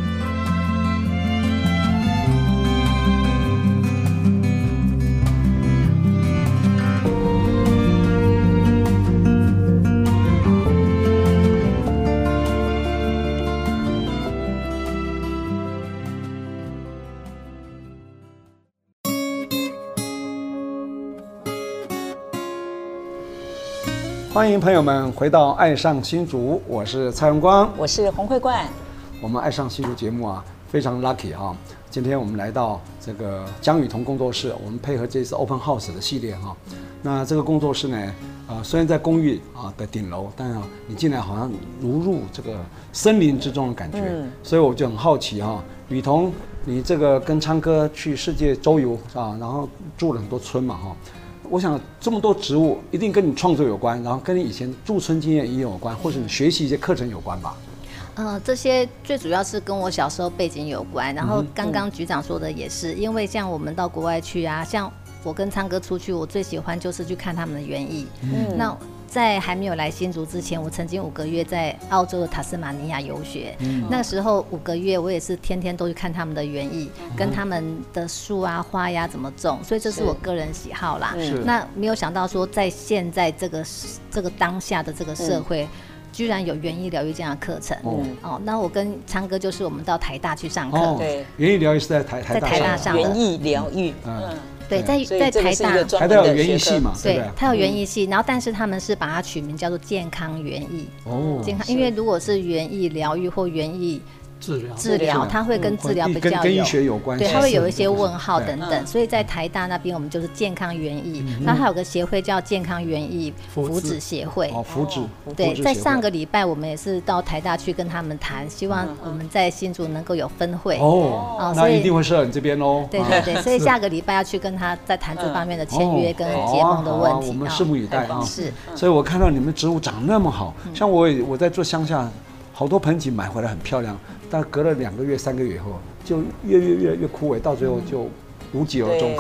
B: 欢迎朋友们回到《爱上新竹》，我是蔡荣光。
A: 我是洪慧冠，
B: 我们《爱上新竹》节目啊，非常 lucky 啊哈、今天我们来到这个江雨桐工作室，我们配合这次 Open House 的系列哈、啊那这个工作室呢，啊、虽然在公寓啊的顶楼，但啊，你进来好像如入这个森林之中的感觉。
A: 嗯
B: 所以我就很好奇哈、雨桐，你这个跟昌哥去世界周游啊，然后住了很多村嘛哈、我想这么多植物一定跟你创作有关，然后跟你以前驻村经验也有关，或者你学习一些课程有关吧？
C: 呃，这些最主要是跟我小时候背景有关。然后刚刚局长说的也是，因为像我们到国外去啊，像我跟昌哥出去，我最喜欢就是去看他们的园艺。
A: 嗯
C: 那在还没有来新竹之前，我曾经五个月在澳洲的塔斯马尼亚游学。那时候五个月，我也是天天都去看他们的园艺，跟他们的树啊、花呀怎么种，所以这是
A: 是
C: 我个人喜好啦。
B: 是
C: 那没有想到说，在现在这个时这个当下的这个社会，
A: 嗯
C: 居然有园艺疗愈这样的课程。
B: 哦
C: 哦，那我跟昌哥就是我们到台大去上课，
B: 哦
A: 对，
B: 园艺疗愈是在台台
C: 在台
B: 大上
C: 大上的
A: 园艺疗愈，
B: 嗯
A: 嗯，
C: 对，在
A: 所以
C: 在
A: 这个
C: 台
A: 是一个
B: 的，
C: 大。
B: 台
A: 专
B: 大
A: 门的
B: 有
A: 嗯
B: 园
A: 学
B: 艺
A: 科
B: 系嘛，对不
C: 对
B: 对，？
C: 它有园艺系，然后但是他们是把它取名叫做健康园艺，
B: 哦，
C: 健康，因为如果是园艺疗愈或园艺
D: 治疗
C: 治
A: 哦
C: 疗，它会跟治疗比
B: 跟
C: 较
B: 跟医
C: 有，
B: 学有关系，哦
C: 对，它会有一些问号
B: 对
C: 等
A: 嗯
C: 等，所以在台大那边我们就是健康园艺，那它有个协会叫健康园艺
D: 福祉
C: 福祉协会，
B: 哦，福祉
A: 哦，
B: 福祉
C: 对，
B: 协
C: 在
B: 会嗯
C: 上个礼拜我们也是到台大去跟他们谈，希望我们在新竹能够有分会。
B: 哦
C: 哦，
B: 那
C: 所以
B: 一定会设你这边喽。
C: 对
B: 啊
C: 对对，所以下个礼拜要去跟他再谈这方面的签约跟
B: 哦
C: 结盟的
B: 好啊
C: 问
B: 好啊我
C: 题
B: 们
C: 啊
B: 拭目以待
A: 太棒
B: 啊
A: 了。
C: 是，
B: 所以我看到你们植物长那么好，
C: 嗯
B: 像我也我在做乡下，好多盆景买回来很漂亮，但隔了两个月、三个月以后，就越越越越枯萎，到最后
C: 嗯
B: 就无哦疾而终。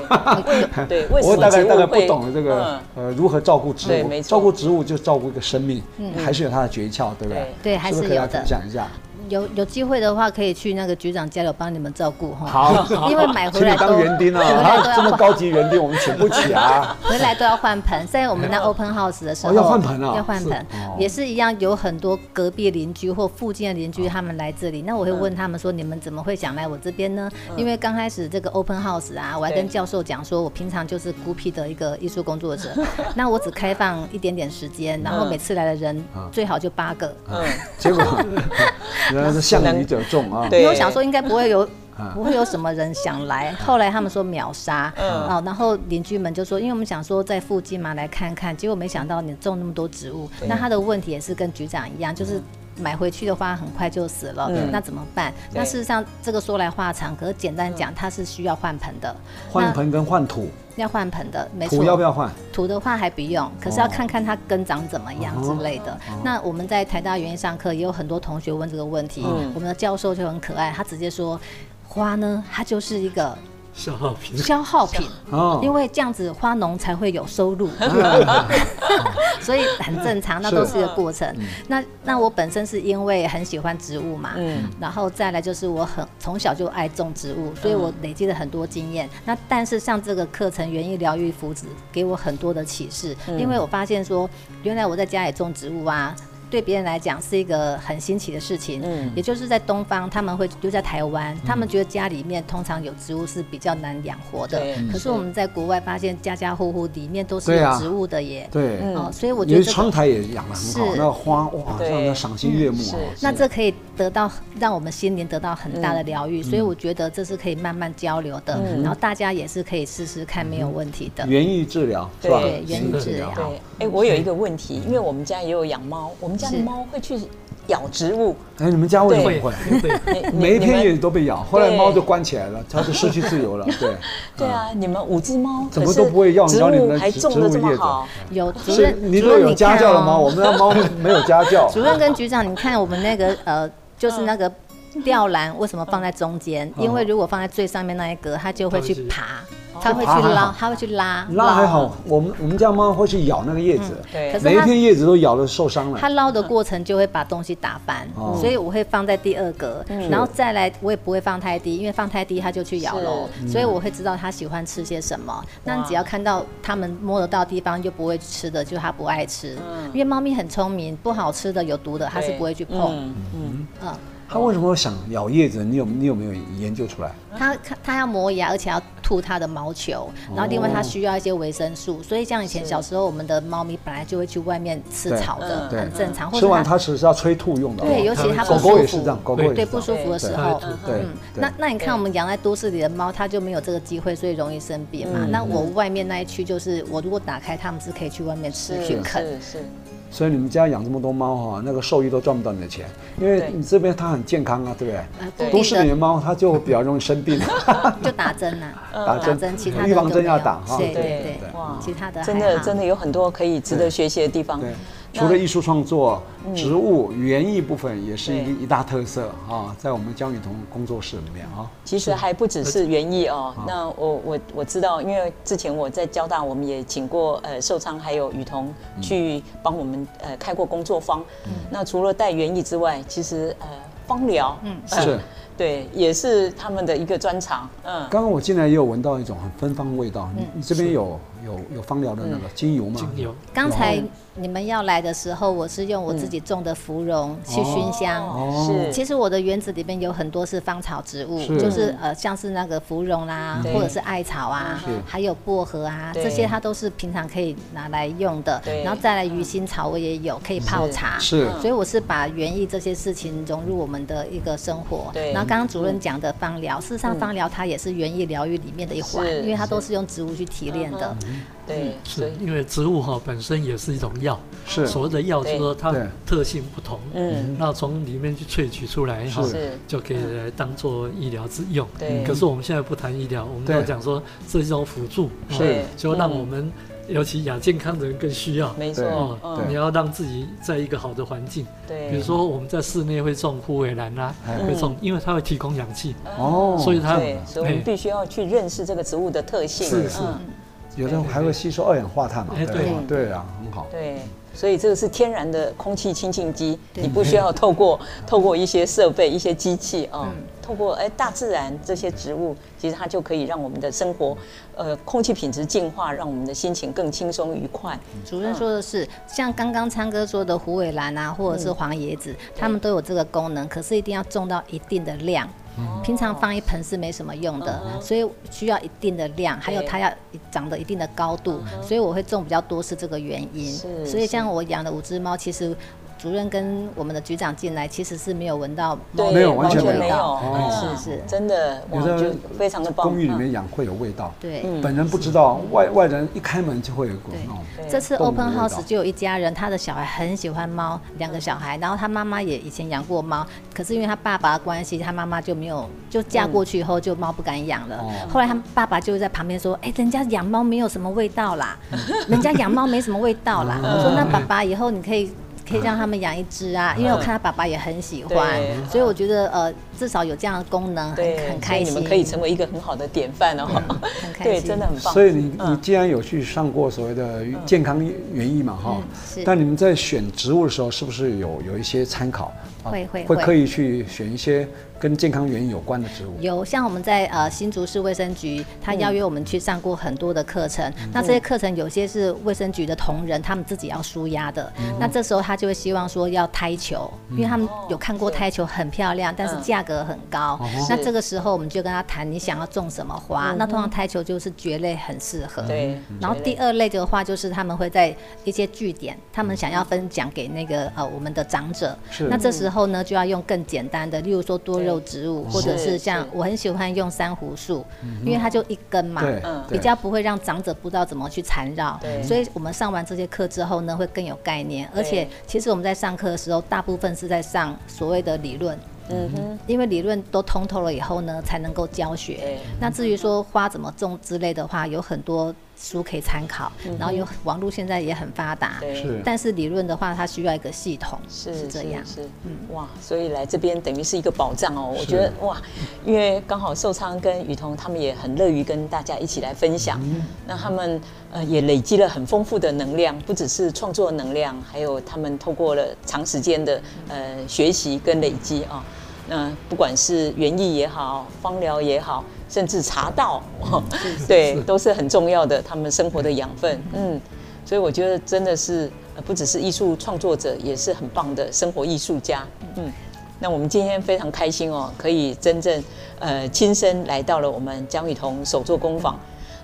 A: 对 对，为什
B: 我
A: 么
B: 大概
A: 植物
B: 大概不
A: 会
B: 懂这个
A: 嗯
B: 呃如何照顾植
A: 对
B: 物，
A: 没错
B: 照顾植物就照顾一个生命，还是有它的诀窍，对不对
A: 对？
C: 嗯对还
B: 是不
C: 是
B: 可以来
C: 有的
B: 分享一下？
C: 有有机会的话可以去那个局长家里，我帮你们照顾哈。
B: 好
C: 哦 因为买 回
B: 请
C: 来
B: 你
C: 都
B: 当园丁啊，
C: 回来都
B: 啊
C: 要
B: 这么
C: 换
B: 高级园丁我们请不起 啊。
C: 回来都要换盆，在我们那 open house 的时候、
B: 哎哦要换盆啊
C: 要换盆
B: 是哦
C: 也是一样，有很多隔壁邻居或附近的邻
B: 哦
C: 居他们来这里，那我会问他们说，你们怎么会想来我这边呢？
B: 嗯
C: 因为刚开始这个 open house 啊，我还跟
A: 对
C: 教授讲说，我平常就是孤僻的一个艺术工 作者，那我只开放一点点时间，然后每次来的人
B: 嗯
C: 最好就八个，
A: 嗯，
B: 结果原来是项羽者众啊。
A: 对
C: 因为我想说应该不 会有
B: 嗯。
C: 不会有什么人想来，
B: 啊
C: 后来他们说秒杀，哦，然后邻居们就说，因为我们想说在附近嘛，来看看，结果没想到你种那么多植物，那他的问题也是跟局长一样，就是
B: 嗯
C: 买回去的话很快就死了，
A: 嗯
C: 那怎么办？
A: 对
C: 那事实上这个说来话长，可是简单
B: 嗯
C: 讲，它是需要换盆的，
B: 换盆跟换土，
C: 那要换盆的，没错。
B: 土要不要换？
C: 土的话还不用，可是要看看它根长怎么样之类的。那我们在台大园艺上课也有很多同学问这个问题，我们的教授就很可爱，他直接说。花呢，它就是一个
D: 消耗品。
C: 消耗品，
B: 哦，
C: 因为这样子花农才会有收入， 所以很正常，那
B: 是
C: 都是一嗯个过程。那那我本身是因为很喜欢植物嘛，
A: 嗯
C: 然后再来就是我很从小就爱种植物，所以
A: 嗯
C: 我累积了很多经验。那但是像这个课程园艺疗愈福祉给我很多的启示，
A: 嗯
C: 因为我发现说，原来我在家里种植物啊。对别人来讲是一个很新奇的事情，
A: 嗯
C: 也就是在东方，他们会就在台湾，他们觉得家里面通常有植物是比较难养活的
A: 对，
C: 可是我们在国外发现家家户户里面都是
B: 对啊
C: 有植物的耶，
B: 对，
A: 嗯
C: 哦，所以我
B: 因
C: 觉得
B: 为
C: 这个
B: 窗台也养得很好，
C: 是
B: 那花哇，
A: 对
B: 让人赏心悦目啊。
A: 是
C: 那这可以得到让我们心灵得到很大的疗
B: 嗯
C: 愈，所以我觉得这是可以慢慢交流的，然后大家也是可以试试看，没有问题的。
B: 园艺治疗是吧？
A: 对
C: 园艺治疗
A: 对，哎，我有一个问题，因为我们家也有养猫，我们家的
C: 是
A: 猫会去咬植物，
B: 哎，你们家为什么
D: 会
B: 会？
D: 会，
A: 你你
B: 每一
A: 你
B: 天
A: 们
B: 也都被咬，后来
A: 对
B: 猫就关起来了，它就失去自 由了。对，
A: 对啊，你们五只猫
B: 怎么
A: 可是
B: 都不会要
A: 植
B: 咬你们
A: 物
B: 的
A: 还
B: 植
A: 种的
B: 植
A: 这
B: 物叶
A: 么
B: 子啊
A: 好，
C: 有主
B: 是
C: 任，
B: 你
C: 主
B: 都
C: 任
B: 有家
C: 看
B: 教了
C: 哦
B: 吗？我们的猫 没有家教。
C: 主任跟局长，你看我们那个 呃，就是那个吊篮为什么放在中间？
B: 哦
C: 因为如果放在最上面那一格，它就会去爬，它会去
B: 爬还
C: 捞
B: 好，
C: 它会去拉，
B: 那还。好，我们我们家猫会去咬那个叶子，嗯
A: 对
C: 嗯可是
B: 每一
C: 它
B: 片叶子都咬的受伤了
C: 它。捞的过程就会把东西打翻，
B: 嗯哦
C: 所以我会放在第二格，然后再来我也不会放太低，因为放太低它就去咬喽，所以我会知道它喜欢吃些什么。那你只要看到它们摸得到的地方又不会吃的，就它不爱吃，因为猫咪很聪明，不好吃的有毒的它是不会去碰。
A: 嗯
C: 嗯，
B: 它为什么会想咬叶子？你有你有没有研究出来？
C: 它它它要磨牙，而且要吐它的毛球，
B: 哦
C: 然后另外它需要一些维生素，所以像以前小时候我们的猫咪本来就会去外面吃
B: 对
C: 草的，
B: 对
C: 很正常，啊或
B: 吃
C: 者
B: 完
C: 它
B: 它只是要催吐用的哦。
C: 对，尤其它不
B: 狗
C: 舒服，
B: 狗也是这样，狗狗也是
C: 对
B: 这
C: 不
B: 样
C: 舒服的时候。
D: 对
B: 对
C: 嗯，
B: 对
C: 那那你
A: 对
C: 看我们养在都市里的猫，它就没有这个机会，所以容易生病
B: 嗯
C: 嘛。那我外面那一区就是，我如果打开，它们是可以去外面吃去
A: 是
C: 啃。
A: 是是，
B: 所以你们家养这么多猫哈、那个兽医都赚不到你的钱，因为
A: 对
B: 你这边它很健康啊，对不对？
C: 呃，
A: 对
C: 固
B: 都
C: 定
B: 市里
C: 的
B: 的猫它就比较容易生 病，
C: 就打呃针呐，
B: 打针嗯
C: 其他的
B: 预防
C: 就
B: 针
C: 没
B: 要
C: 有
B: 打哈对
C: 对对
B: 对
C: 对
A: 呃哇，
C: 其他的
A: 真的
C: 还好
A: 真的有很多可以值得学习的地方。
B: 对。
A: 那
B: 除了艺术创作，
C: 嗯
B: 植物园艺部分也是
A: 对
B: 一一大特色啊，在我们江雨桐工作室里面啊，
A: 其实还不只是园艺哦。那我我我知道，因为之前我在交大，我们也请过呃寿昌还有雨桐
B: 嗯
A: 去帮我们呃开过工作坊。那除了带园艺之外，其实呃芳疗，嗯，
B: 是。
A: 对，也是他们的一个专长。嗯，
B: 刚刚我进来也有闻到一种很芬芳的味道，
C: 嗯
B: 你你这边有有有芳疗的那个精油吗？
D: 精油。
B: 哦
C: 刚才你们要来的时候，我是用我
A: 嗯
C: 自己种的芙蓉去熏
B: 哦
C: 香。
A: 是，
C: 其实我的园子里面有很多是芳草植物，
B: 是
C: 就是呃，像是那个芙蓉啦，
A: 对
C: 或者是艾草啊
B: 是，
C: 还有薄荷啊，
A: 对
C: 这些它都是平常可以拿来用的
A: 对。
C: 然后再来鱼腥草我也有，可以泡茶。嗯
B: 是
C: 所以我是把园艺这些事情融入我们的一个生活。
A: 对
C: 然后刚刚主任讲的芳疗，事实上芳疗它也是园艺疗愈里面的一环，
A: 是
C: 因为它都是用植物去提炼的。
A: 对，所
D: 是
A: 以
D: 因为植物哈、本身也是一种药，
B: 是
D: 所谓的药就是说它
B: 对
D: 特性不同，
A: 嗯，
D: 那从里面去萃取出来哈、
A: 是
D: 就可以来当做医疗之用。
A: 对
D: 可是我们现在不谈医疗，我们
B: 对
D: 要讲说这是一种辅助，
B: 是
D: 哦
A: 对
D: 就让我们、尤其亚健康的人更需要。
A: 嗯
D: 哦
A: 没
B: 对
A: 错，嗯
D: 你要让自己在一个好的环境，
A: 对，
D: 比如说我们在室内会种枯苇兰啦、
A: 哎
B: 嗯
D: 会种，因为它会提供氧气，
B: 哦，
D: 所以它
A: 对，所以我们
D: 哎
A: 必须要去认识这个植物的特性。
B: 是是
A: 嗯
B: 有的还会吸收二氧化碳嘛，
D: 哎
B: 对吧
D: 对
B: 对啊，很好。
A: 对，所以这个是天然的空气清净机，你不需要透 过透过一些设备、一些机器啊、
B: 嗯
A: 透过哎大自然这些植物，其实它就可以让我们的生活，呃，空气品质净化，让我们的心情更轻松愉快。
B: 嗯
C: 主任说的是，像刚刚昌哥说的虎尾兰啊，或
A: 嗯
C: 者是黄椰子，它们都有这个功能，可是一定要种到一定的量。
A: 嗯
C: 哦平常放一盆是没什么用的，所以需要一定的量，还有它要长得一定的高度，所以我会种比较多是这个原因。
A: 嗯是
C: 所以
A: 是
C: 像我养的五只猫，其实主任跟我们的局长进来，其实是没有闻到猫
A: 对，
B: 没有
C: 的
B: 完全
C: 味
B: 没
A: 没
B: 有
A: 有，
C: 道
A: 哦
C: 是是
A: 真的，我
B: 有
A: 就
B: 的
A: 非常的棒。
B: 公寓里面养会有味道，
C: 嗯对。
B: 本人不知道，外外人一开门就会有股
C: 对
B: 那种。
A: 对
C: 这次
B: 动物的
C: open
B: 味
C: house
B: 道
C: 就有一家人，他的小孩很喜欢猫，两个小孩，然后他妈妈也以前养过猫，可是因为他爸爸的关系，他妈妈就没有，就嫁过去以后就猫不敢养了。
B: 哦
C: 后来他爸爸就在旁边说：“哎，人家养猫没有什么味道 啦，人家养猫没什么味道啦。”
B: 哦
C: 我说：“那爸爸以后你可以。”可以让他们养一只
B: 哦
C: 啊，因为我看他爸爸也很喜欢，
A: 对
C: 所以我觉得呃，至少有这样的功能，
A: 嗯
C: 很
A: 对，
C: 很
A: 所以
C: 开
A: 你
C: 心。
A: 们可以成为一个很好的典范哦。
C: 很开心
A: 对，真的很棒。
B: 所以你
A: 嗯
B: 你既然有去上过所谓的健康园艺嘛哈
C: 嗯，是
B: 但你们在选植物的时候，是不是有有一些参考？啊
C: 会会
B: 会
C: 会
B: 刻意去选一些跟健康园艺有关的植物。
C: 有，像我们在呃新竹市卫生局，他邀约我们去上过很多的课程。那这些课程有些是卫生局的同仁他们自己要舒压的，那这时候他就会希望说要胎球，因为他们有看过胎球很漂亮，但是价格很高。那这个时候我们就跟他谈你想要种什么花，那通常胎球就是蕨类很适合。
A: 对，
B: 嗯
C: 然后第二类的话，就是他们会在一些据点，他们想要分享给那个呃我们的长者。
B: 是
C: 那这时候呢，就要用更简单的，例如说多肉植
B: 嗯
C: 物，或者是像
A: 是
C: 我很喜欢用珊瑚树，因为它就一根嘛
B: 对，
A: 嗯
B: 对
C: 比较不会让长者不知道怎么去缠绕
A: 对。
C: 所以我们上完这些课之后呢，会更有概念。而且
A: 对
C: 其实我们在上课的时候，大部分是在上所谓的理论。
A: 嗯哼，
C: 因为理论都通透了以后呢，才能够教学
A: 对。
C: 那至于说花怎么种之类的话，有很多书可以参考，然后有网络现在也很发达。
A: 嗯对，
B: 是
C: 但是理论的话，它需要一个系统，
A: 是
C: 这样。
A: 是，嗯，哇，所以来这边等于是一个宝藏哦。我觉得哇，因为刚好寿昌跟雨桐他们也很乐于跟大家一起来分享，那他们呃也累积了很丰富的能量，不只是创作能量，还有他们透过了长时间的呃学习跟累积啊、那不管是园艺也好，芳疗也好，甚至茶道，哦对，都是很重要的，他们生活的养分。嗯，所以我觉得真的是呃不只是艺术创作者，也是很棒的生活艺术家。嗯，那我们今天非常开心哦，可以真正呃亲身来到了我们江雨桐手作工坊，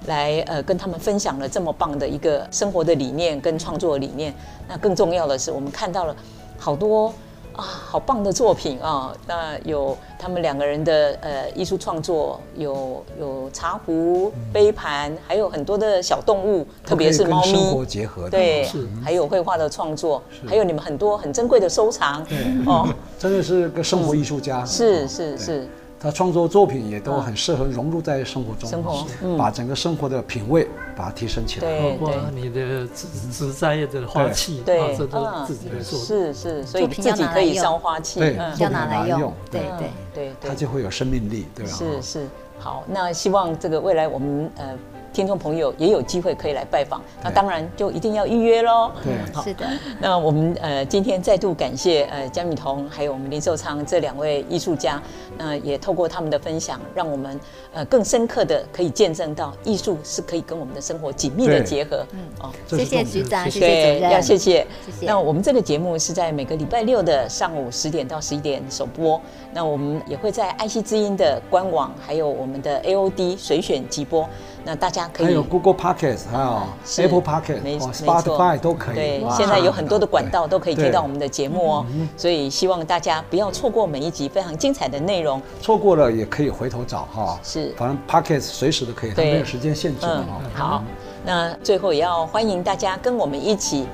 A: 来呃跟他们分享了这么棒的一个生活的理念跟创作理念。那更重要的是，我们看到了好多啊好棒的作品啊，那有他们两个人的呃艺术创作，有有茶壶、杯盘，还有很多的小动物，特别是
B: 都可以
A: 猫
B: 跟生
A: 咪
B: 活。结合的，
A: 对
D: 是，
A: 还有绘画的创作，还有你们很多很珍贵的收藏，哦，
B: 真的是个生活艺术家。
A: 是是
B: 对
A: 是，
B: 他创作作品也都很适合融入在生活中，
A: 生活嗯
B: 是把整个生活的品味把它提升起来。
D: 包
A: 对
D: 括
A: 对
D: 你的植植栽业的花器，
A: 对
D: 啊，这都
A: 嗯
D: 自己来做的。
A: 是是，所以
C: 作品
A: 自
C: 要
A: 己
C: 拿
A: 可以
C: 来
A: 烧
C: 用
A: 花器，
B: 对
A: 嗯
B: 作
C: 要
B: 品
C: 拿来
B: 拿来用
C: 用，对
A: 嗯
C: 对。
A: 对
B: 它
A: 对，
B: 就会有生命力，对吧？
D: 啊
A: 是是好。那希望这个未来我们呃听众朋友也有机会可以来拜访，那
B: 对
A: 当然就一定要预约喽。
B: 对
A: 好
C: 是的，
A: 那我们呃今天再度感谢呃江敏彤还有我们林寿昌这两位艺术家，那、也透过他们的分享，让我们呃更深刻的可以见证到艺术是可以跟我们的生活紧密的
B: 对
A: 结合。嗯哦。
B: 这是
C: 谢谢
B: 重点
C: 局长，谢谢
A: 对，
C: 主任，
A: 要谢谢。
C: 谢谢
A: 那我们这个节目是在每个礼拜六的上午十点到十一点首播，那我们也会在爱惜之音的官网，还有我们的 AOD 随选直播，那大家可
B: 还
A: 以
B: 有 Google Podcast，还有
A: 是
B: Apple
A: 没
B: Podcast、
A: 没
B: 哦
A: 错
B: Spotify 都可以。
A: 对，
B: 哇
A: 现在有很多的管道都可以
B: 对
A: 听到我们的节目哦，所以希望大家不要错过每一集非常精彩的内容。
B: 错过了也可以回头找哈。
A: 是
B: 反正 Podcast 随时都可以，它
A: 对
B: 没有时间限制的
A: 嗯
B: 哈。，
A: 好，那最后也要欢迎大家跟我们一起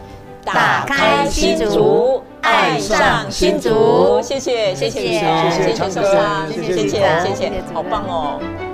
C: 打开心
A: 竹
C: 竹，爱上
A: 新
C: 新竹
A: 谢谢，谢谢雨
C: 谢谢
A: 桐，
C: 谢谢
A: 谢谢
B: 昌
A: 受
B: 哥
A: 伤，谢
B: 谢谢
A: 谢，谢
B: 雨
A: 谢
B: 桐
C: 谢谢主，任
A: 好棒哦。